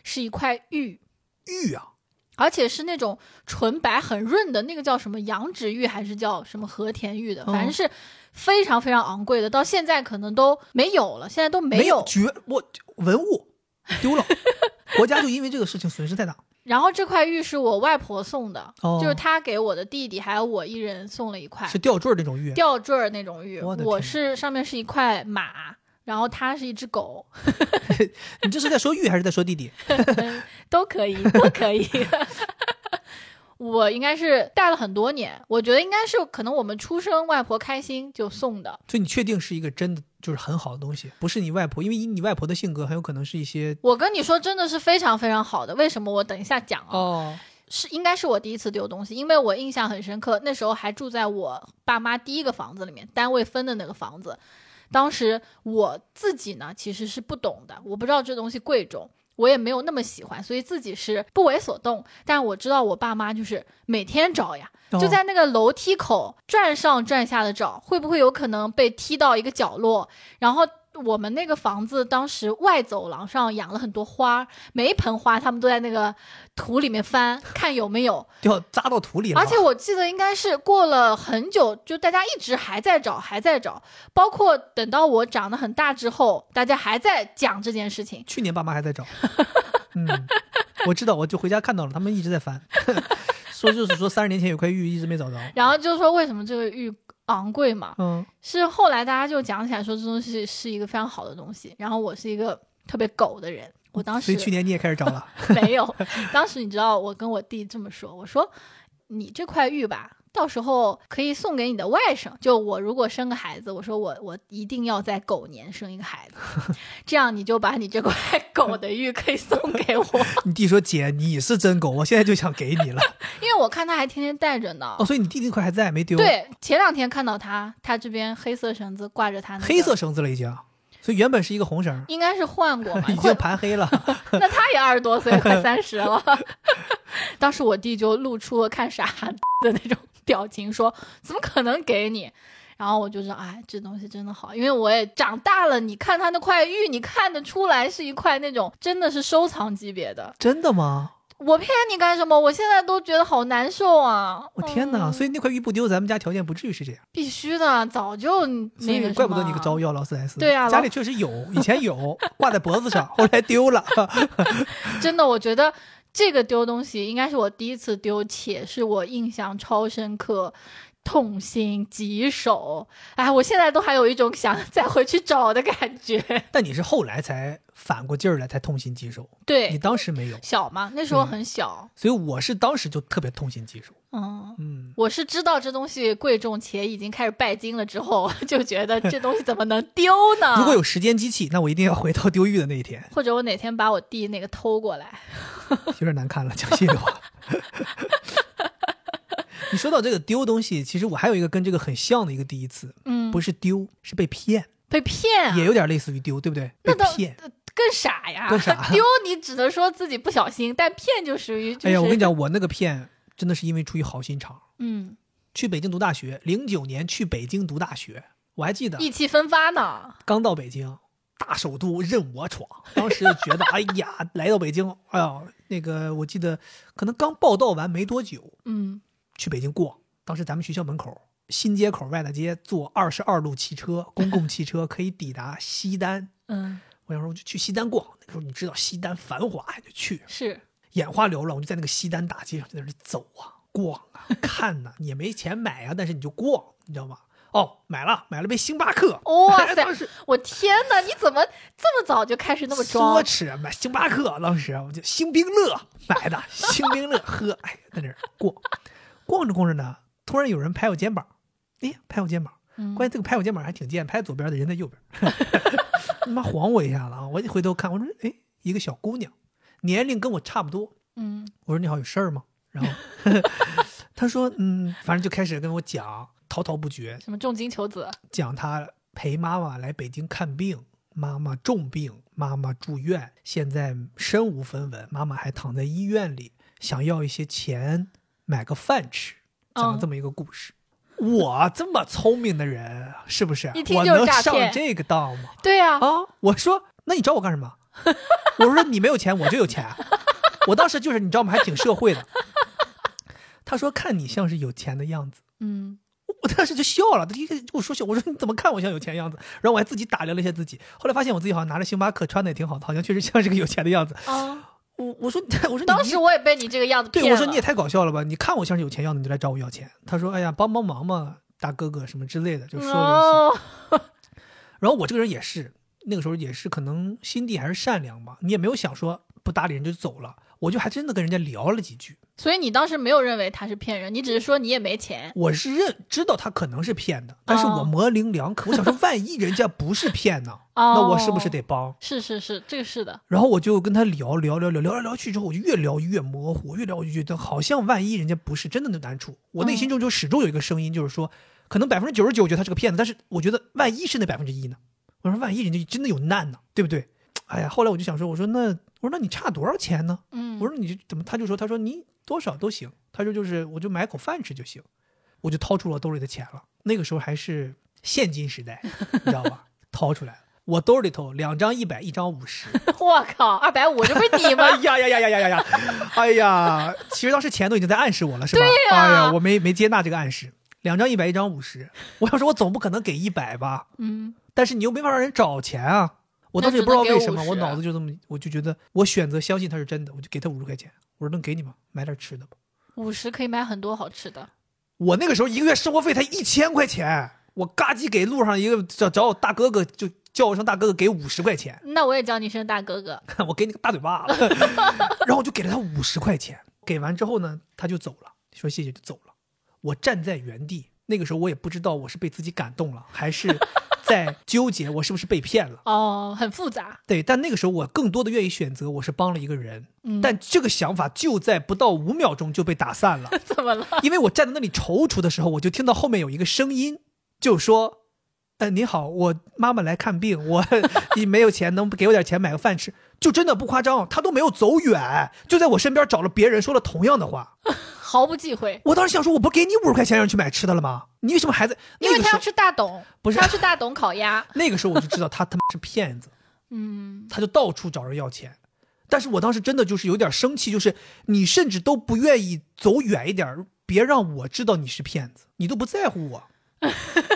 Speaker 2: 是一块玉，
Speaker 1: 玉啊，
Speaker 2: 而且是那种纯白很润的那个叫什么羊脂玉还是叫什么和田玉的，
Speaker 1: 哦
Speaker 2: 反正是非常非常昂贵的，到现在可能都没有了，现在都没有。
Speaker 1: 绝我文物丢了，国家就因为这个事情损失太大。
Speaker 2: 然后这块玉是我外婆送的，
Speaker 1: 哦
Speaker 2: 就是她给我的弟弟还有我一人送了一块
Speaker 1: 是吊坠儿那种玉，
Speaker 2: 吊坠儿那种玉。
Speaker 1: 我的
Speaker 2: 我
Speaker 1: 天
Speaker 2: 是上面是一块马，然后它是一只狗，
Speaker 1: 你这是在说玉还是在说弟弟？
Speaker 2: 都 可以，都可以。 我应该是戴了很多年，我觉得应该是可能我们出生外婆开心就送的，
Speaker 1: 所以你确定是一个真的就是很好的东西，不是你外婆，因为以你外婆的性格，很有可能是一些
Speaker 2: 我跟你说，真的是非常非常好的。为什么？我等一下讲啊。
Speaker 1: 哦
Speaker 2: 是应该是我第一次丢东西，因为我印象很深刻，那时候还住在我爸妈第一个房子里面，单位分的那个房子。当时我自己呢其实是不懂的，我不知道这东西贵重，我也没有那么喜欢，所以自己是不为所动。但我知道我爸妈就是每天找呀，
Speaker 1: 哦
Speaker 2: 就在那个楼梯口转上转下的找，会不会有可能被踢到一个角落？然后我们那个房子当时外走廊上养了很多花，每一盆花他们都在那个土里面翻，看有没有。
Speaker 1: 掉扎到土里了。
Speaker 2: 而且我记得应该是过了很久，就大家一直还在找，还在找，包括等到我长得很大之后，大家还在讲这件事情。
Speaker 1: 去年爸妈还在找，嗯，我知道，我就回家看到了，他们一直在翻， 说就是说三十年前有块玉一直没找着，
Speaker 2: 然后就说为什么这个玉昂贵嘛？
Speaker 1: 嗯，
Speaker 2: 是后来大家就讲起来说这东西是一个非常好的东西，然后我是一个特别狗的人，我当
Speaker 1: 所
Speaker 2: 时
Speaker 1: 以去年你也开始找了，
Speaker 2: 没有， 当时你知道我跟我弟这么说，我说你这块玉吧。到时候可以送给你的外甥，就我如果生个孩子，我说我我一定要在狗年生一个孩子， 这样你就把你 这块狗的玉可以送给我，
Speaker 1: 你弟说姐你是真狗，我现在就想给你了，
Speaker 2: 因为我看他还天天戴着呢
Speaker 1: 哦，。所以你弟那块还在没丢，，
Speaker 2: 对，前两天看到他，他这边黑色绳子挂着他、那个，
Speaker 1: 黑色绳子了已经，所以原本是一个红绳，
Speaker 2: 应该是换过吧，
Speaker 1: 已
Speaker 2: 会
Speaker 1: 经盘黑了，
Speaker 2: 那他也二十多岁，快三十了。当时我弟就露出看傻的那种表情，说：“怎么可能给你？”然后我就说：“哎，这东西真的好，因为我也长大了。你看他那块玉，你看得出来是一块那种真的是收藏级别的。
Speaker 1: 真的吗？
Speaker 2: 我骗你干什么？我现在都觉得好难受啊！
Speaker 1: 我天哪！
Speaker 2: 嗯
Speaker 1: 所以那块玉不丢，咱们家条件不至于是这样，
Speaker 2: 必须的，早就
Speaker 1: 所
Speaker 2: 那
Speaker 1: 以
Speaker 2: 个
Speaker 1: 怪不得
Speaker 2: 什
Speaker 1: 你
Speaker 2: 么
Speaker 1: 找我要劳斯莱斯。
Speaker 2: 对啊
Speaker 1: 家
Speaker 2: 劳
Speaker 1: 里确实有，以前有挂在脖子上，后来丢 了。
Speaker 2: 真的，我觉得这个丢东西应该是我第一次丢，且是我印象超深刻。痛心疾首，哎，我现在都还有一种想 再回去找的感觉。
Speaker 1: 但你是后来才反过劲儿来，才痛心疾首。你嗯
Speaker 2: 对，
Speaker 1: 当时没有，
Speaker 2: 小嘛，那时候很小，
Speaker 1: 所以我是当时就特别痛心疾首。
Speaker 2: 嗯，
Speaker 1: 嗯，
Speaker 2: 我是知道这东西贵重且已经开始拜金了之后， 就觉得这东西怎么能丢呢？
Speaker 1: 如果有时间机器，那我一定要回到丢玉的那一天。
Speaker 2: 或者我哪天把我弟那个偷过来，
Speaker 1: 有点难看了，讲心里话。 你说到这个丢东西，其实我还有一个跟这个很像的一个第一次，
Speaker 2: 嗯，
Speaker 1: 不是丢，是被骗，
Speaker 2: 被骗、啊，
Speaker 1: 也有点类似于丢，对不对？被
Speaker 2: 那倒
Speaker 1: 骗。
Speaker 2: 更傻呀，
Speaker 1: 更傻
Speaker 2: 丢你只能说自己不小心，但骗就属于就是，
Speaker 1: 哎呀，我跟你讲，我那个骗真的是因为出于好心肠。
Speaker 2: 嗯，
Speaker 1: 去北京读大学，零九年去北京读大学，我还记得
Speaker 2: 意气风发呢。
Speaker 1: 刚到北京，大首都任我闯。当时就觉得，哎呀，来到北京，哎呀，那个我记得可能刚报道完没多久，
Speaker 2: 嗯，
Speaker 1: 去北京逛。当时咱们学校门口新街口外大街坐二十二路汽车，公共汽车可以抵达西单。
Speaker 2: 嗯，
Speaker 1: 我想说，我就去西单逛。那时候你知道西单繁华，就去，
Speaker 2: 是
Speaker 1: 眼花缭乱，我就在那个西单大街上在那里走啊。逛啊，看呐、也没钱买啊，但是你就逛，你知道吗？哦，买了，买了杯星巴克。哎
Speaker 2: 哇塞
Speaker 1: 当时
Speaker 2: 我天哪，你怎么这么早就开始那么装
Speaker 1: 奢？侈，啊买星巴克，当时啊我就星冰乐买的，星冰乐喝，哎，在那儿逛，逛着逛着呢，突然有人拍我肩膀，哎，拍我肩膀，
Speaker 2: 嗯
Speaker 1: 关键这个拍我肩膀还挺贱，拍左边的人在右边，他 妈晃我一下子啊！我一回头看，我说，哎，一个小姑娘，年龄跟我差不多，
Speaker 2: 嗯
Speaker 1: 我说你好，有事儿吗？ 然后他说，嗯，反正就开始跟我讲，滔滔不绝，
Speaker 2: 什么重金求子？
Speaker 1: 讲他陪妈妈来北京看病，妈妈重病，妈妈住院，现在身无分文，妈妈还躺在医院里，想要一些钱买个饭吃，讲了
Speaker 2: 嗯
Speaker 1: 这么一个故事。我这么聪明的人，是不是？啊
Speaker 2: 一听
Speaker 1: 我
Speaker 2: 就是
Speaker 1: 能
Speaker 2: 诈
Speaker 1: 上
Speaker 2: 骗
Speaker 1: 这个当吗？
Speaker 2: 对呀、
Speaker 1: 啊！我说，那你找我干什么？我说你没有钱，我就有钱。我当时就是你知道吗？还挺社会的。他说看你像是有钱的样子，
Speaker 2: 嗯，
Speaker 1: 我当时就笑了。他一个我说笑，我说你怎么看我像有钱样子？然后我还自己打量了一下自己，后来发现我自己好像拿着星巴克，穿的也挺好的，好像确实像是个有钱的样子。
Speaker 2: 啊，
Speaker 1: 我我说我说你
Speaker 2: 当时我也被你这个样子骗
Speaker 1: 对
Speaker 2: 了。
Speaker 1: 我说你也太搞笑了吧？你看我像是有钱样子，你就来找我要钱。他说哎呀帮帮忙嘛，大哥哥什么之类的，就说了一些。
Speaker 2: 哦，
Speaker 1: 然后我这个人也是，那个时候也是可能心地还是善良吧，你也没有想说不搭理人就走了，我就还真的跟人家聊了几句。
Speaker 2: 所以你当时没有认为他是骗人，你只是说你也没钱。
Speaker 1: 我是认知道他可能是骗的，但是我
Speaker 2: 哦
Speaker 1: 模棱两可，我想说万一人家不是骗 呢，
Speaker 2: 哦，
Speaker 1: 那我是不是？得帮？
Speaker 2: 是是是，这个是的。
Speaker 1: 然后我就跟他聊聊聊聊聊来聊去之后，我就越聊越模糊，越聊越觉得好像万一人家不是真的就难处，我内心中就始终有一个声音，就是说，可能百分之九十九觉得他是个骗子，但是我觉得万一是那百分之一呢？我说万一人家真的有难呢，对不对？哎呀，后来我就想说，我说那我说那你差多少钱呢？
Speaker 2: 嗯，
Speaker 1: 我说你怎么？他就说他说你多少都行，他说就是我就买口饭吃就行，我就掏出了兜里的钱了。那个时候还是现金时代，你知道吧？ 掏出来了，我兜里头两张一百，一张五十。
Speaker 2: 我靠，二百五，这不是你吗
Speaker 1: 哎？ 呀呀呀呀呀呀呀！哎呀，其实当时钱都已经在暗示我了，是吧？
Speaker 2: 对呀
Speaker 1: 哎呀，我没没接纳这个暗示。两张一百，一张五十。我想说，我总不可能给一百吧？
Speaker 2: 嗯，
Speaker 1: 但是你又没法让人找钱啊。我当时也不知道为什
Speaker 2: 啊
Speaker 1: 么，我脑子就这么，我就觉得我选择相信他是真的，我就给他五十块钱。我说能给你吗？买点吃的吧。
Speaker 2: 五十可以买很多好吃的。
Speaker 1: 我那个时候一个月生活费才一千块钱，我嘎叽给路上一个找找我大哥哥，就叫我声大哥哥给五十块钱。
Speaker 2: 那我也叫你声大哥哥。
Speaker 1: 我给你个大嘴巴子，然后我就给了他五十块钱。给完之后呢，他就走了，说谢谢就走了。我站在原地，那个时候我也不知道我是被自己感动了，还是在纠结我是不是被骗了。
Speaker 2: 哦，很复杂。
Speaker 1: 对，但那个时候我更多的愿意选择我是帮了一个人，
Speaker 2: 嗯，
Speaker 1: 但这个想法就在不到五秒钟就被打散了，
Speaker 2: 怎么了？
Speaker 1: 因为我站在那里踌躇的时候，我就听到后面有一个声音，就说。呃，你好，我妈妈来看病，我你没有钱，能不给我点钱买个饭吃？就真的不夸张，他都没有走远，就在我身边找了别人说了同样的话。
Speaker 2: 毫不忌讳，
Speaker 1: 我当时想说，我不给你五十块钱让你去买吃的了吗？你为什么还在？
Speaker 2: 因为
Speaker 1: 那个
Speaker 2: 他
Speaker 1: 时
Speaker 2: 要
Speaker 1: 候，
Speaker 2: 吃大董，
Speaker 1: 不是
Speaker 2: 他要吃大董烤鸭。
Speaker 1: 那个时候我就知道他他妈是骗子，
Speaker 2: 嗯，
Speaker 1: 他就到处找人要钱。但是我当时真的就是有点生气，就是你甚至都不愿意走远一点儿，别让我知道你是骗子，你都不在乎 我，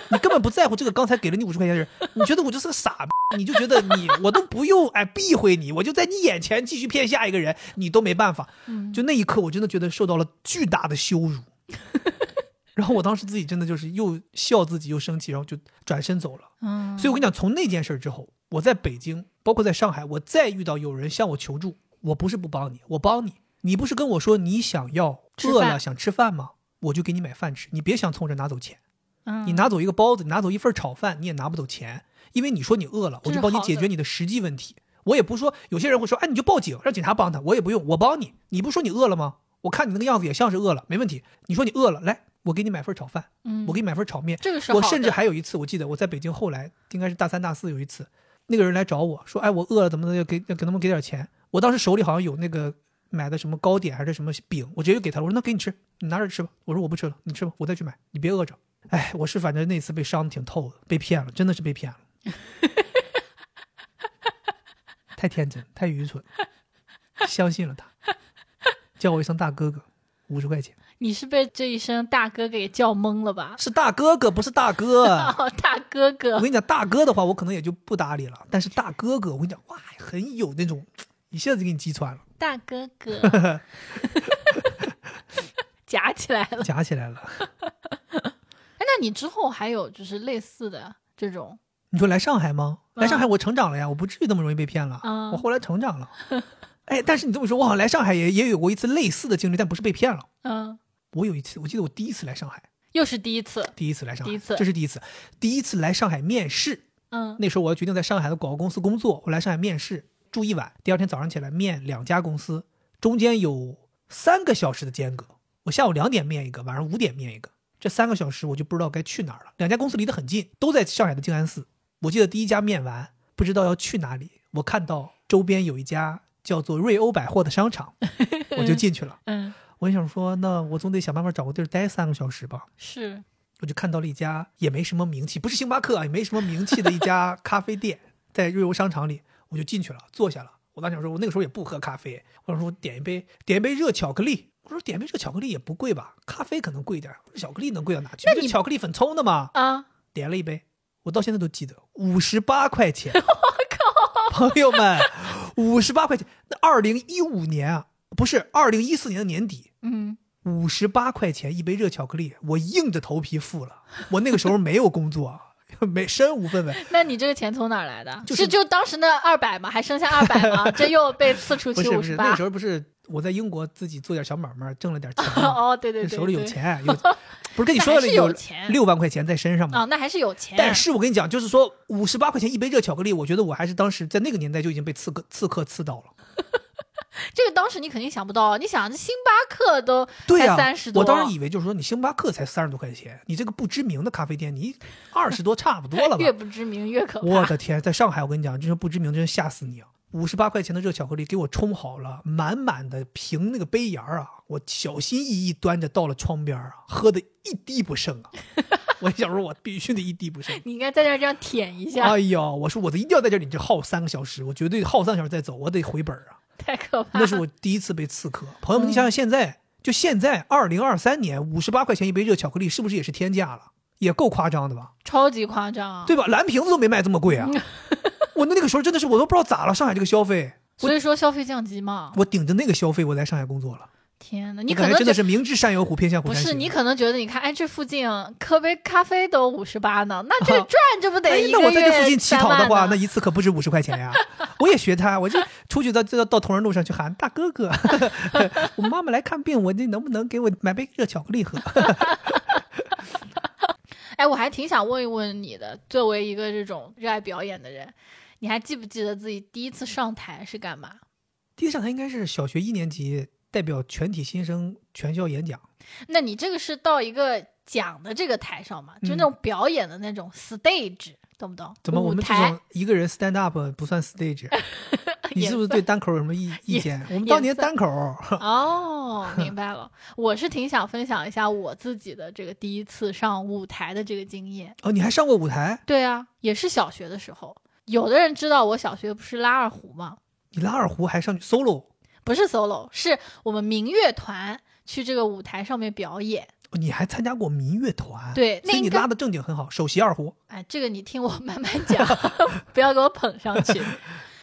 Speaker 1: 你根本不在乎这个刚才给了你五十块钱的人，你觉得我就是个傻逼，你就觉得你我都不用哎避讳你，我就在你眼前继续骗下一个人，你都没办法。
Speaker 2: 嗯
Speaker 1: 就那一刻，我真的觉得受到了巨大的羞 辱。然后我当时自己真的就是又笑自己又生气，然后就转身走了。
Speaker 2: 嗯，
Speaker 1: 所以我跟你讲，从那件事儿之后，我在北京，包括在上海，我再遇到有人向我求助，我不是不帮你，我帮你。你不是跟我说你想要
Speaker 2: 吃
Speaker 1: 饿了
Speaker 2: 饭
Speaker 1: 想吃饭吗？我就给你买饭吃，你别想从我这拿走钱。
Speaker 2: 嗯
Speaker 1: 你拿走一个包子，你拿走一份炒饭，你也拿不走钱，因为你说你饿了，我
Speaker 2: 这
Speaker 1: 就是帮你
Speaker 2: 好
Speaker 1: 解
Speaker 2: 的
Speaker 1: 决你的实际问题。我也不说，有些人会说，哎，你就报警，让警察帮他，我也不用，我帮你。你不说你饿了吗？我看你那个样子也像是饿了，没问题。你说你饿了，来，我给你买份炒饭，
Speaker 2: 嗯
Speaker 1: 我给你买份炒面，
Speaker 2: 这个是
Speaker 1: 我
Speaker 2: 好
Speaker 1: 甚至
Speaker 2: 的
Speaker 1: 还有一次，我记得我在北京后来应该是大三大四有一次，那个人来找我说：“哎，我饿了，怎么的，给给能不能给点钱？”我当时手里好像有那个买的什么糕点还是什么饼，我直接就给他了。我说：“那给你吃，你拿着吃吧。”我说：“我不吃了，你吃吧，我再去买，你别饿着。”哎，我是反正那次被伤的挺透的，被骗了，真的是被骗了，太天真，太愚蠢，相信了他，叫我一声大哥哥，五十块钱
Speaker 2: 你是被这一声大哥给叫懵了吧？
Speaker 1: 是大哥哥，不是大哥。
Speaker 2: 哦， 大哥
Speaker 1: 我
Speaker 2: 哥，
Speaker 1: 跟你讲，大哥的话，我可能也就不搭理了。但是大哥哥，我跟你讲，哇，很有那 种，一下子就给你击穿了。
Speaker 2: 大哥哥，夹起来了。
Speaker 1: 夹起来了。
Speaker 2: 哎，那你之后还有就是类似的这种，
Speaker 1: 你说来上海吗？
Speaker 2: 嗯
Speaker 1: 来上海我成长了呀，我不至于那么容易被骗了。
Speaker 2: 嗯
Speaker 1: 我后来成 长了。哎，但是你这么说，我好像来上海也也有过一次类似的经历，但不是被骗了。
Speaker 2: 嗯，
Speaker 1: 我有一次，我记得我第一次来上海，
Speaker 2: 又是第一次，
Speaker 1: 第一次来上海，
Speaker 2: 第一次
Speaker 1: 这是第一次，第一次来上海面试。
Speaker 2: 嗯
Speaker 1: 那时候我要决定在上海的广告公司工作，我来上海面试，住一晚，第二天早上起来面两家公司，中间有三个小时的间隔。我下午两点面一个，晚上五点面一个，这三个小时我就不知道该去哪儿了。两家公司离得很近，都在上海的静安寺。我记得第一家面完，不知道要去哪里，我看到周边有一家叫做瑞欧百货的商场，我就进去了。
Speaker 2: 嗯，
Speaker 1: 我想说，那我总得想办法找个地儿待三个小时吧。
Speaker 2: 是，
Speaker 1: 我就看到了一家也没什么名气，不是星巴克啊，也没什么名气的一 家咖啡店，在瑞欧商场里，我就进去了，坐下了。我当时想说，我那个时候也不喝咖啡，我想说我点一杯，点一杯热巧克力。我说点一杯热巧克力也不贵吧，咖啡可能贵一点，巧克力能贵到哪去？那就巧克力粉冲的嘛。
Speaker 2: 啊，
Speaker 1: 点了一杯，我到现在都记得，五十八块钱。我靠！朋友们，五十八块钱，那二零一五年啊，不是二零一四年的年底，
Speaker 2: 嗯
Speaker 1: 五十八块钱一杯热巧克力，我硬着头皮付了。我那个时候没有工作，没身无分文，
Speaker 2: 那你这个钱从哪儿来的？
Speaker 1: 就是
Speaker 2: 就当时那二百吗？还剩下二百 吗？这又被刺出
Speaker 1: 不
Speaker 2: 去
Speaker 1: 是
Speaker 2: 五
Speaker 1: 不
Speaker 2: 十
Speaker 1: 是，
Speaker 2: 八
Speaker 1: 那。时候不是我在英国自己做点小买卖，挣了点钱嘛，
Speaker 2: 哦，对对对，
Speaker 1: 手里有
Speaker 2: 对
Speaker 1: 钱，有不是跟你
Speaker 2: 那
Speaker 1: 说
Speaker 2: 还
Speaker 1: 了
Speaker 2: 是有钱
Speaker 1: 六万块钱在身上吗？
Speaker 2: 啊，那还是有钱。
Speaker 1: 但是我跟你讲，就是说五十八块钱一杯热巧克力，我觉得我还是当时在那个年代就已经被刺客刺客刺到了。
Speaker 2: 这个当时你肯定想不到，你想这星巴克都
Speaker 1: 对
Speaker 2: 才
Speaker 1: 呀、
Speaker 2: 三十多，
Speaker 1: 我当时以为就是说你星巴克才三十多块钱，你这个不知名的咖啡店，你二十多差不多了吧？
Speaker 2: 越不知名越 可怕。
Speaker 1: 我的天，在上海，我跟你讲，真是不知名，真是吓死你啊！五十八块钱的热巧克力给我冲好了，满满的凭那个杯沿儿啊，我小心翼翼端着到了窗边儿啊，喝的一滴不剩啊！我想说，我必须得一滴不 剩。
Speaker 2: 你应该在这儿这样舔一下，
Speaker 1: 哎呀，我说我得一定要在这里这耗三个小时，我绝对耗三个小时再走，我得回本儿 啊！
Speaker 2: 太可怕。
Speaker 1: 那是我第一次被刺客。朋友们，
Speaker 2: 嗯
Speaker 1: 你想想现在，就现在二零二三年，五十八块钱一杯热巧克力，是不是也是天价了？也够夸张的吧？
Speaker 2: 超级夸张啊。
Speaker 1: 对吧？蓝瓶子都没卖这么贵 啊！我那个时候真的是我都不知道咋了，上海这个消费，
Speaker 2: 所以说消费降级嘛。
Speaker 1: 我顶着那个消费我来上海工作了。
Speaker 2: 天哪，你
Speaker 1: 我
Speaker 2: 可
Speaker 1: 感
Speaker 2: 能
Speaker 1: 觉真的
Speaker 2: 觉
Speaker 1: 是明知山有虎，偏向虎
Speaker 2: 不
Speaker 1: 山行。啊
Speaker 2: 是你可能觉得，你看，哎，这附近喝杯咖啡都五十八呢，那这个
Speaker 1: 啊
Speaker 2: 赚这不得
Speaker 1: 哎
Speaker 2: 一，
Speaker 1: 那
Speaker 2: 个
Speaker 1: 我在这附
Speaker 2: 月
Speaker 1: 近乞
Speaker 2: 三
Speaker 1: 讨
Speaker 2: 万
Speaker 1: 的话，
Speaker 2: 呢
Speaker 1: 那一次可不止五十块钱呀、我也学他，我就出去到到到同仁路上去喊大哥 哥，我妈妈来看病，我这能不能给我买杯热巧克力喝？
Speaker 2: 哎，我还挺想问一问你的，作为一个这种热爱表演的人，你还记不记得自己第一次上台是干嘛？
Speaker 1: 第一上台应该是小学一年级，代表全体新生全校演讲。
Speaker 2: 那你这个是到一个讲的这个台上嘛，就那种表演的那种 stage，、懂不懂？
Speaker 1: 嗯怎么我
Speaker 2: 舞
Speaker 1: 们这
Speaker 2: 台
Speaker 1: 种一个人 stand up 不算 stage？你
Speaker 2: 也
Speaker 1: 是不是对单口有什么意意
Speaker 2: 也
Speaker 1: 见？我们
Speaker 2: 也
Speaker 1: 当年
Speaker 2: 算
Speaker 1: 单口
Speaker 2: 哦，明白了。我是挺想分享一下我自己的这个第一次上舞台的这个经验。
Speaker 1: 哦，你还上过舞台？
Speaker 2: 对啊，也是小学的时候。有的人知道我小学不是拉二胡吗？
Speaker 1: 你拉二胡还上去 solo？
Speaker 2: 不是 solo，是我们民乐团去这个舞台上面表演。
Speaker 1: 哦你还参加过民乐团？
Speaker 2: 对
Speaker 1: 所
Speaker 2: 那
Speaker 1: 以你
Speaker 2: 应该
Speaker 1: 拉的正经很好，首席二胡。
Speaker 2: 哎，这个你听我慢慢讲， 不要给我捧上去。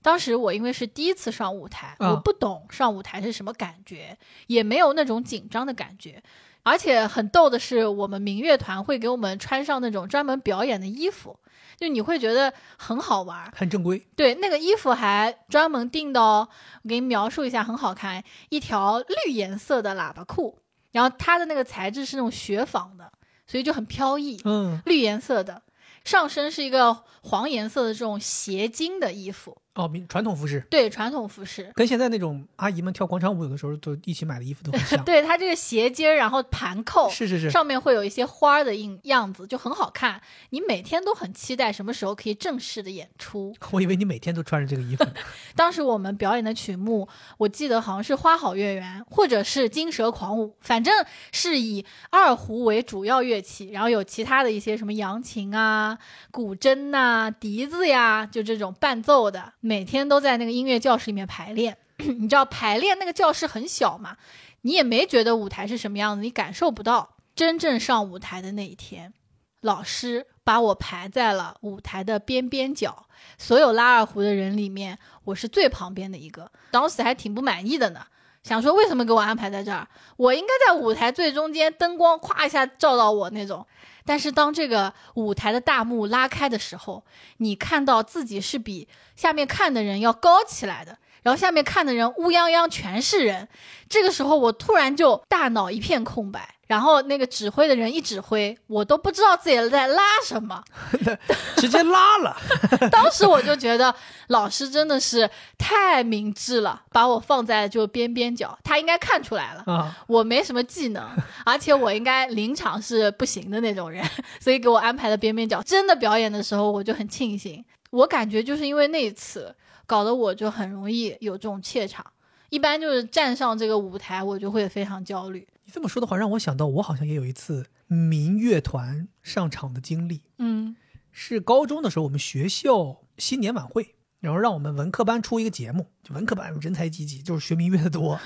Speaker 2: 当时我因为是第一次上舞台，
Speaker 1: 啊
Speaker 2: 我不懂上舞台是什么感觉，也没有那种紧张的感觉。而且很逗的是，我们民乐团会给我们穿上那种专门表演的衣服，就你会觉得很好玩儿。
Speaker 1: 很正规，
Speaker 2: 对，那个衣服还专门订的哦，我给你描述一下，很好看，一条绿颜色的喇叭裤，然后它的那个材质是那种雪纺的，所以就很飘逸，
Speaker 1: 嗯，
Speaker 2: 绿颜色的，上身是一个黄颜色的这种斜襟的衣服，
Speaker 1: 哦，民传统服饰
Speaker 2: 对，传统服饰。
Speaker 1: 跟现在那种阿姨们跳广场舞有的时候都一起买的衣服都很像，
Speaker 2: 对它这个斜襟儿，然后盘扣，
Speaker 1: 是是是，
Speaker 2: 上面会有一些花儿的印样子，就很好看。你每天都很期待什么时候可以正式的演出。
Speaker 1: 我以为你每天都穿着这个衣 服呢，
Speaker 2: 当时我们表演的曲目，我记得好像是《花好月圆》或者是《金蛇狂舞》，反正是以二胡为主要乐器，然后有其他的一些什么扬琴啊、古筝呐、笛子呀，就这种伴奏的，每天都在那个音乐教室里面排练。 你知道排练那个教室很小嘛，你也没觉得舞台是什么样子，你感受不到。真正上舞台的那一天，老师把我排在了舞台的边边角，所有拉二胡的人里面，我是最旁边的一个，当时还挺不满意的呢。想说为什么给我安排在这儿？我应该在舞台最中间，灯光咵一下照到我那种。但是当这个舞台的大幕拉开的时候，你看到自己是比下面看的人要高起来的，然后下面看的人乌泱泱全是人。这个时候我突然就大脑一片空白，然后那个指挥的人一指挥，我都不知道自己在拉什么。
Speaker 1: 直接拉 了。
Speaker 2: 当时我就觉得老师真的是太明智了，把我放在就边边角，他应该看出来了。
Speaker 1: 啊，
Speaker 2: 我没什么技能，而且我应该临场是不行的那种人，所以给我安排了边边角。真的表演的时候，我就很庆幸。我感觉就是因为那一次，搞得我就很容易有这种怯场。一般就是站上这个舞台，我就会非常焦虑。
Speaker 1: 你这么说的话，让我想到我好像也有一次民乐团上场的经历，
Speaker 2: 嗯
Speaker 1: 是高中的时候我们学校新年晚会，然后让我们文科班出一个节目，就文科班人才济济，就是学民乐的 多，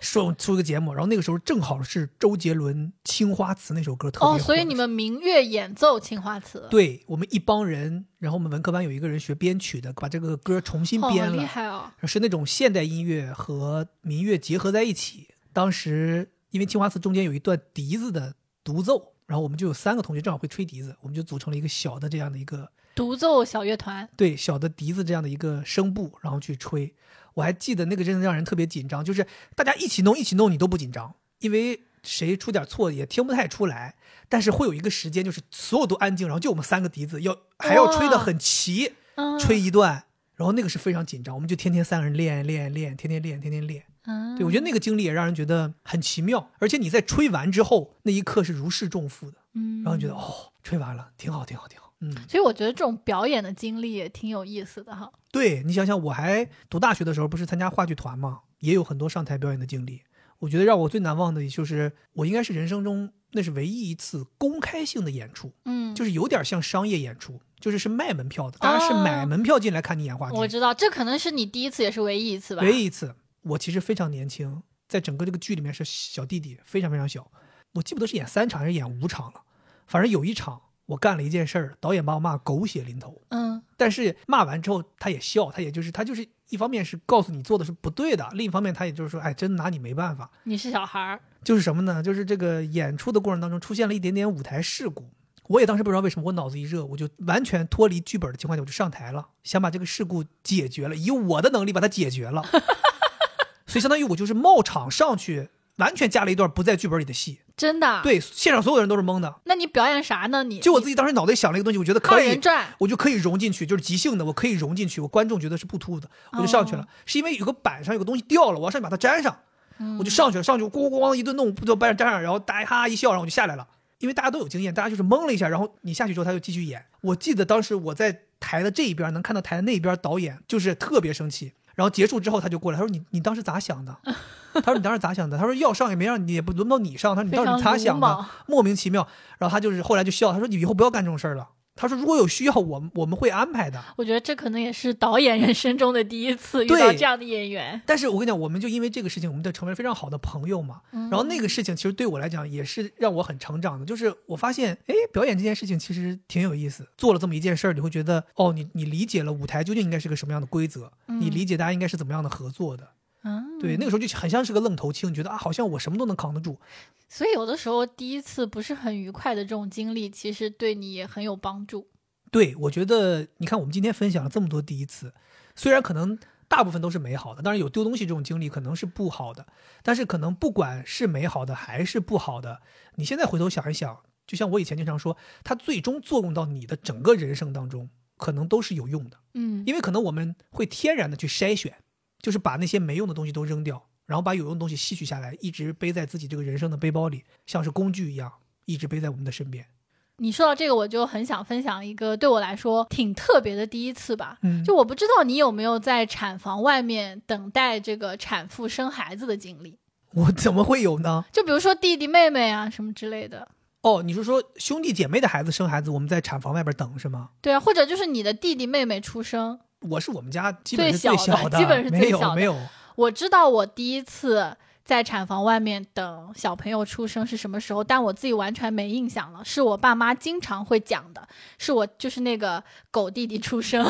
Speaker 1: 说出一个节目，然后那个时候正好是周杰伦《青花瓷》那首歌特别火
Speaker 2: 哦，
Speaker 1: 的时候，
Speaker 2: 所以你们明月演奏青花瓷，
Speaker 1: 对我们一帮人，然后我们文科班有一个人学编曲的，把这个歌重新
Speaker 2: 好
Speaker 1: 编
Speaker 2: 厉
Speaker 1: 了，
Speaker 2: 害哦！
Speaker 1: 是那种现代音乐和民乐结合在一起。当时因为青花瓷中间有一段笛子的独奏，然后我们就有三个同学正好会吹笛子，我们就组成了一个小的这样的一个
Speaker 2: 独奏小乐团，
Speaker 1: 对小的笛子这样的一个声部，然后去吹。我还记得那个真的让人特别紧张，就是大家一起弄一起弄，你都不紧张，因为谁出点错也听不太出来。但是会有一个时间，就是所有都安静，然后就我们三个笛子要还要吹得很齐，
Speaker 2: 嗯，
Speaker 1: 吹一段，然后那个是非常紧张，我们就天天三个人练练练，天天练天天练。
Speaker 2: 嗯，
Speaker 1: 对我觉得那个经历也让人觉得很奇妙，而且你在吹完之后那一刻是如释重负的，
Speaker 2: 嗯，
Speaker 1: 然后你觉得哦，吹完了，挺好挺好挺好，嗯。
Speaker 2: 所以我觉得这种表演的经历也挺有意思的哈。
Speaker 1: 对你想想，我还读大学的时候，不是参加话剧团嘛，也有很多上台表演的经历。我觉得让我最难忘的，也就是我应该是人生中那是唯一一次公开性的演出，
Speaker 2: 嗯，
Speaker 1: 就是有点像商业演出，就是是卖门票的，大家是买门票进来看你演话剧，
Speaker 2: 我知道，这可能是你第一次，也是唯一一次吧。
Speaker 1: 唯一一次。我其实非常年轻，在整个这个剧里面是小弟弟，非常非常小。我记不得是演三场还是演五场了，反正有一场我干了一件事儿，导演把我骂狗血淋头。
Speaker 2: 嗯
Speaker 1: 但是骂完之后他也笑，他也就是他就是一方面是告诉你做的是不对的，另一方面他也就是说，哎，真拿你没办法。
Speaker 2: 你是小孩儿，
Speaker 1: 就是什么呢？就是这个演出的过程当中出现了一点点舞台事故。我也当时不知道为什么，我脑子一热，我就完全脱离剧本的情况下，我就上台了，想把这个事故解决了，以我的能力把它解决了。所以相当于我就是冒场上去，完全加了一段不在剧本里的戏。
Speaker 2: 真的。，
Speaker 1: 对，现场所有人都是懵的，
Speaker 2: 那你表演啥呢？你
Speaker 1: 就我自己当时脑袋想了一个东西，我觉得
Speaker 2: 你二
Speaker 1: 可以
Speaker 2: 人转，
Speaker 1: 我就可以融进去，就是即兴的，我可以融进去。我观众觉得是不突兀的，我就上去了。
Speaker 2: 哦
Speaker 1: 是因为有个板上有个东西掉了，我要上去把它粘上，
Speaker 2: 嗯
Speaker 1: 我就上去了，上去咣咣咣一顿弄，不就把它粘上，然后大家哈哈一笑，然后我就下来了。因为大家都有经验，大家就是懵了一下，然后你下去之后他就继续演。我记得当时我在台的这一边能看到台的那边导演就是特别生气，然后结束之后他就过来，他说你你当时咋想的？他说你当时咋想的？他说要上也没让你，也不轮不到你上，他说你
Speaker 2: 非
Speaker 1: 当时
Speaker 2: 常
Speaker 1: 你咋
Speaker 2: 鲁
Speaker 1: 想的？
Speaker 2: 莽。
Speaker 1: 莫名其妙。然后他就是后来就笑，他说：“你以后不要干这种事儿了。”他说：“如果有需要，我们我们会安排的。
Speaker 2: 我觉得这可能也是导演人生中的第一次遇到
Speaker 1: 对
Speaker 2: 这样的演员”。
Speaker 1: 但是我跟你讲，我们就因为这个事情，我们就成为了非常好的朋友嘛。
Speaker 2: 然
Speaker 1: 然后那个事情其实对我来讲也是让我很成长的，就是我发现，哎，表演这件事情其实挺有意思。做了这么一件事儿，你会觉得，哦，你你理解了舞台究竟应该是个什么样的规则，你理解大家应该是怎么样的合作的。
Speaker 2: 嗯，
Speaker 1: 对，那个时候就很像是个愣头青，觉得啊，好像我什么都能扛得住。
Speaker 2: 所以有的时候第一次不是很愉快的这种经历，其实对你也很有帮助。
Speaker 1: 对，我觉得你看，我们今天分享了这么多第一次，虽然可能大部分都是美好的，当然有丢东西这种经历可能是不好的，但是可能不管是美好的还是不好的，你现在回头想一想，就像我以前经常说，它最终作用到你的整个人生当中，可能都是有用的，
Speaker 2: 嗯，
Speaker 1: 因为可能我们会天然的去筛选，就是把那些没用的东西都扔掉，然后把有用的东西吸取下来，一直背在自己这个人生的背包里，像是工具一样，一直背在我们的身边。
Speaker 2: 你说到这个，我就很想分享一个对我来说挺特别的第一次吧。
Speaker 1: 嗯
Speaker 2: 就我不知道你有没有在产房外面等待这个产妇生孩子的经历，
Speaker 1: 我怎么会有呢？
Speaker 2: 就比如说弟弟妹妹啊什么之类的。
Speaker 1: 哦，你是说兄弟姐妹的孩子生孩子，我们在产房外边等是吗？
Speaker 2: 对啊，或者就是你的弟弟妹妹出生。
Speaker 1: 我是我们家基本是
Speaker 2: 最
Speaker 1: 最
Speaker 2: 小的
Speaker 1: 小的，
Speaker 2: 基本是最
Speaker 1: 没
Speaker 2: 小的
Speaker 1: 有没有。
Speaker 2: 我知道我第一次在产房外面等小朋友出生是什么时候，但我自己完全没印象了。是我爸妈经常会讲的，是我就是那个狗弟弟出生，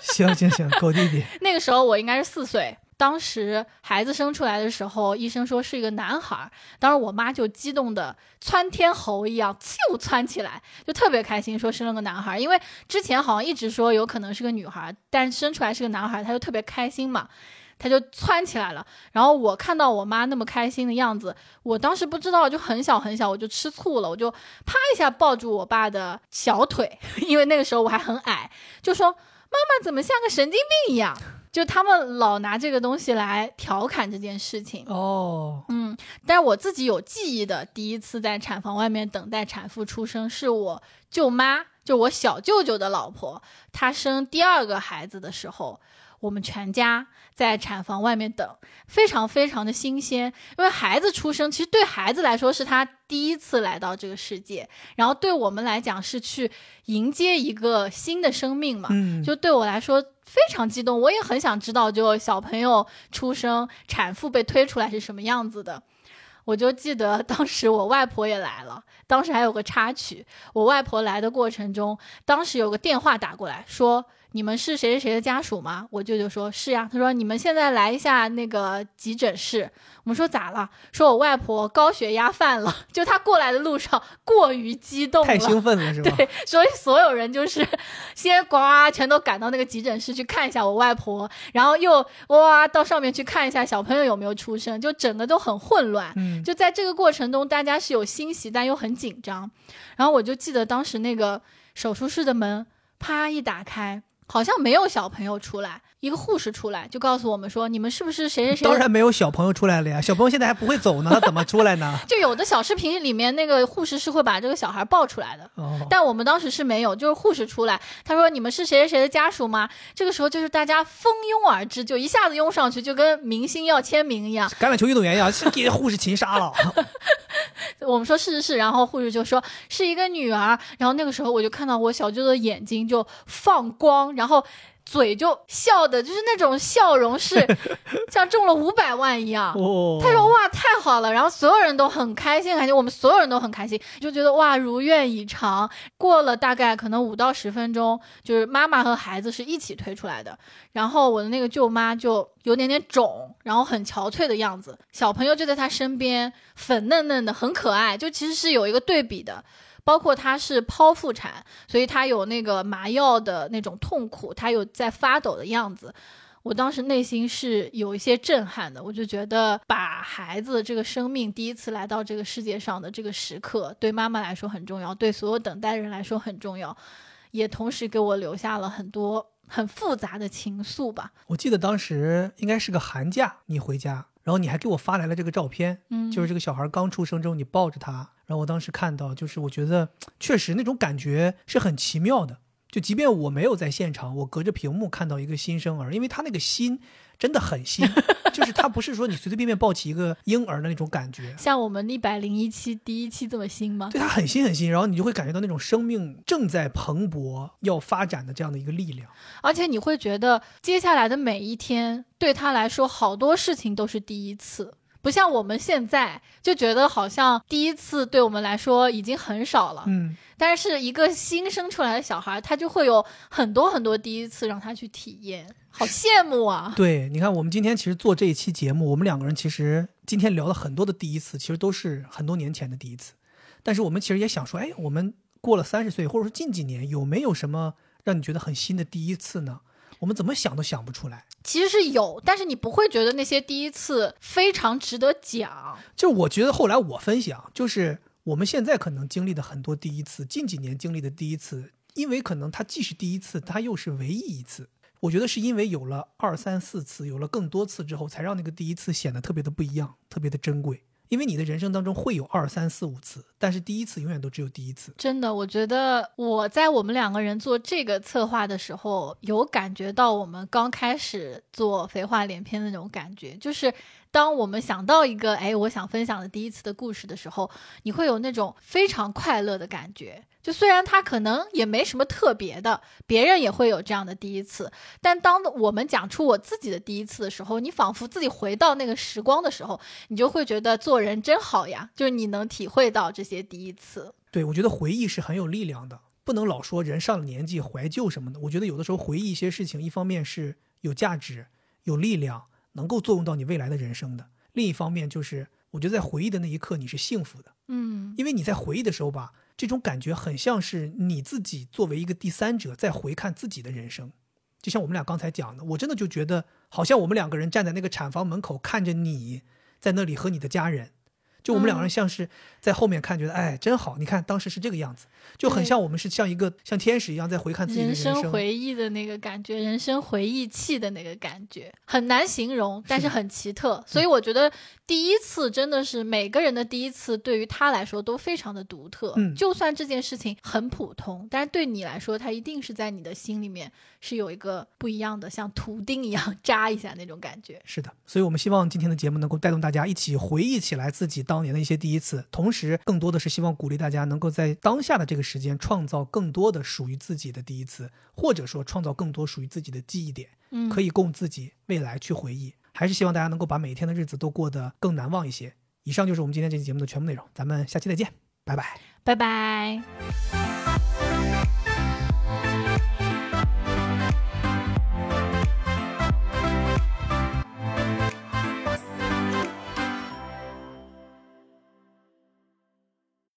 Speaker 1: 行行行，狗弟弟，
Speaker 2: 那个时候我应该是四岁，当时孩子生出来的时候，医生说是一个男孩儿，当时我妈就激动的窜天猴一样，就窜起来，就特别开心，说生了个男孩儿。因为之前好像一直说有可能是个女孩儿，但是生出来是个男孩儿，她就特别开心嘛，她就窜起来了。然后我看到我妈那么开心的样子，我当时不知道，就很小很小，我就吃醋了，我就啪一下抱住我爸的小腿， 因为那个时候我还很矮，就说：“妈妈怎么像个神经病一样？”就他们老拿这个东西来调侃这件事情。
Speaker 1: 哦，
Speaker 2: 嗯，但是我自己有记忆的第一次在产房外面等待产妇出生，是我舅妈，就我小舅舅的老婆，她生第二个孩子的时候，我们全家在产房外面等，非常非常的新鲜，因为孩子出生其实对孩子来说是他第一次来到这个世界，然后对我们来讲是去迎接一个新的生命嘛，
Speaker 1: 嗯，
Speaker 2: 就对我来说非常激动，我也很想知道，就小朋友出生、产妇被推出来是什么样子的。我就记得当时我外婆也来了，当时还有个插曲，我外婆来的过程中，当时有个电话打过来说。你们是谁谁谁的家属吗？我舅舅说是呀、他说你们现在来一下那个急诊室。我们说咋了？说我外婆高血压犯了，就她过来的路上过于激动了，
Speaker 1: 太兴奋了是吧？
Speaker 2: 对，所以所有人就是先呱全都赶到那个急诊室去看一下我外婆，然后又哇到上面去看一下小朋友有没有出生，就整个都很混乱。
Speaker 1: 嗯，
Speaker 2: 就在这个过程中，大家是有欣喜但又很紧张。然后我就记得当时那个手术室的门啪一打开，好像没有小朋友出来，一个护士出来就告诉我们说：“你们是不是谁谁谁？”
Speaker 1: 当然没有小朋友出来了呀，小朋友现在还不会走呢，他怎么出来呢？
Speaker 2: 就有的小视频里面，那个护士是会把这个小孩抱出来的。
Speaker 1: 哦，
Speaker 2: 但我们当时是没有，就是护士出来，他说你们是谁谁谁的家属吗？这个时候就是大家蜂拥而至，就一下子拥上去，就跟明星要签名一样。
Speaker 1: 橄榄球运动员呀，是给护士擒杀 了。
Speaker 2: 我们说是是是，然后护士就说是一个女儿，然后那个时候我就看到我小舅的眼睛就放光，然后嘴就笑的，就是那种笑容是 像中了五百万一样。
Speaker 1: 哦，
Speaker 2: 他说：“哇，太好了！”然后所有人都很开心，感觉我们所有人都很开心，就觉得哇，如愿以偿。过了大概可能五到十分钟，就是妈妈和孩子是一起推出来的。然后我的那个舅妈就有点点肿，然后很憔悴的样子，小朋友就在她身边，粉嫩嫩的，很可爱。就其实是有一个对比的。包括她是剖腹产，所以她有那个麻药的那种痛苦，她有在发抖的样子。我当时内心是有一些震撼的，我就觉得把孩子这个生命第一次来到这个世界上的这个时刻，对妈妈来说很重要，对所有等待人来说很重要，也同时给我留下了很多很复杂的情愫吧。
Speaker 1: 我记得当时应该是个寒假，你回家，然后你还给我发来了这个照片，
Speaker 2: 嗯，
Speaker 1: 就是这个小孩刚出生之后，你抱着他，然后我当时看到，就是我觉得确实那种感觉是很奇妙的。就即便我没有在现场，我隔着屏幕看到一个新生儿，因为他那个心真的很新，就是他不是说你随随便便抱起一个婴儿的那种感觉，
Speaker 2: 像我们一百零一期第一期这么新吗？
Speaker 1: 对他很新很新，然后你就会感觉到那种生命正在蓬勃要发展的这样的一个力量。
Speaker 2: 而且你会觉得接下来的每一天对他来说，好多事情都是第一次，不像我们现在就觉得好像第一次对我们来说已经很少了。
Speaker 1: 嗯，
Speaker 2: 但是一个新生出来的小孩，他就会有很多很多第一次让他去体验，好羡慕啊！
Speaker 1: 对，你看，我们今天其实做这一期节目，我们两个人其实今天聊了很多的第一次，其实都是很多年前的第一次。但是我们其实也想说，哎，我们过了三十岁，或者说近几年，有没有什么让你觉得很新的第一次呢？我们怎么想都想不出来。
Speaker 2: 其实是有，但是你不会觉得那些第一次非常值得讲。
Speaker 1: 就是我觉得后来我分享，就是我们现在可能经历的很多第一次，近几年经历的第一次，因为可能它既是第一次，它又是唯一一次。我觉得是因为有了二三四次，有了更多次之后，才让那个第一次显得特别的不一样，特别的珍贵。因为你的人生当中会有二三四五次，但是第一次永远都只有第一次。
Speaker 2: 真的，我觉得我在我们两个人做这个策划的时候，有感觉到我们刚开始做肥话连篇的那种感觉，就是当我们想到一个哎，我想分享的第一次的故事的时候，你会有那种非常快乐的感觉。就虽然它可能也没什么特别的，别人也会有这样的第一次，但当我们讲出我自己的第一次的时候，你仿佛自己回到那个时光的时候，你就会觉得做人真好呀，就是你能体会到这些第一次。
Speaker 1: 对我觉得回忆是很有力量的，不能老说人上了年纪怀旧什么的。我觉得有的时候回忆一些事情，一方面是有价值、有力量，能够作用到你未来的人生的。另一方面就是，我觉得在回忆的那一刻你是幸福的，
Speaker 2: 嗯
Speaker 1: 因为你在回忆的时候吧，这种感觉很像是你自己作为一个第三者在回看自己的人生。就像我们俩刚才讲的，我真的就觉得好像我们两个人站在那个产房门口看着你在那里和你的家人，就我们两个人像是在后面看，觉得哎真好，你看当时是这个样子，就很
Speaker 2: 对
Speaker 1: 像我们是像一个像天使一样在回看自己的
Speaker 2: 人
Speaker 1: 生。
Speaker 2: 生回忆的那个感觉，人生回忆气的那个感觉，很难形容，但是很奇特。所以
Speaker 1: 嗯
Speaker 2: 我觉得第一次真的是每个人的第一次，对于他来说都非常的独特。
Speaker 1: 嗯
Speaker 2: 就算这件事情很普通，但是对你来说，它一定是在你的心里面是有一个不一样的，像图钉一样 扎一下那种感觉。
Speaker 1: 是的，所以我们希望今天的节目能够带动大家一起回忆起来自己当年的一些第一次，同时更多的是希望鼓励大家能够在当下的这个时间创造更多的属于自己的第一次，或者说创造更多属于自己的记忆点，
Speaker 2: 嗯，
Speaker 1: 可
Speaker 2: 以。
Speaker 1: 以供自己未来去回忆。还是希望大家能够把每一天的日子都过得更难忘一些。以上就是我们今天这期节目的全部内容，咱们下期再见，拜拜。
Speaker 2: 拜拜。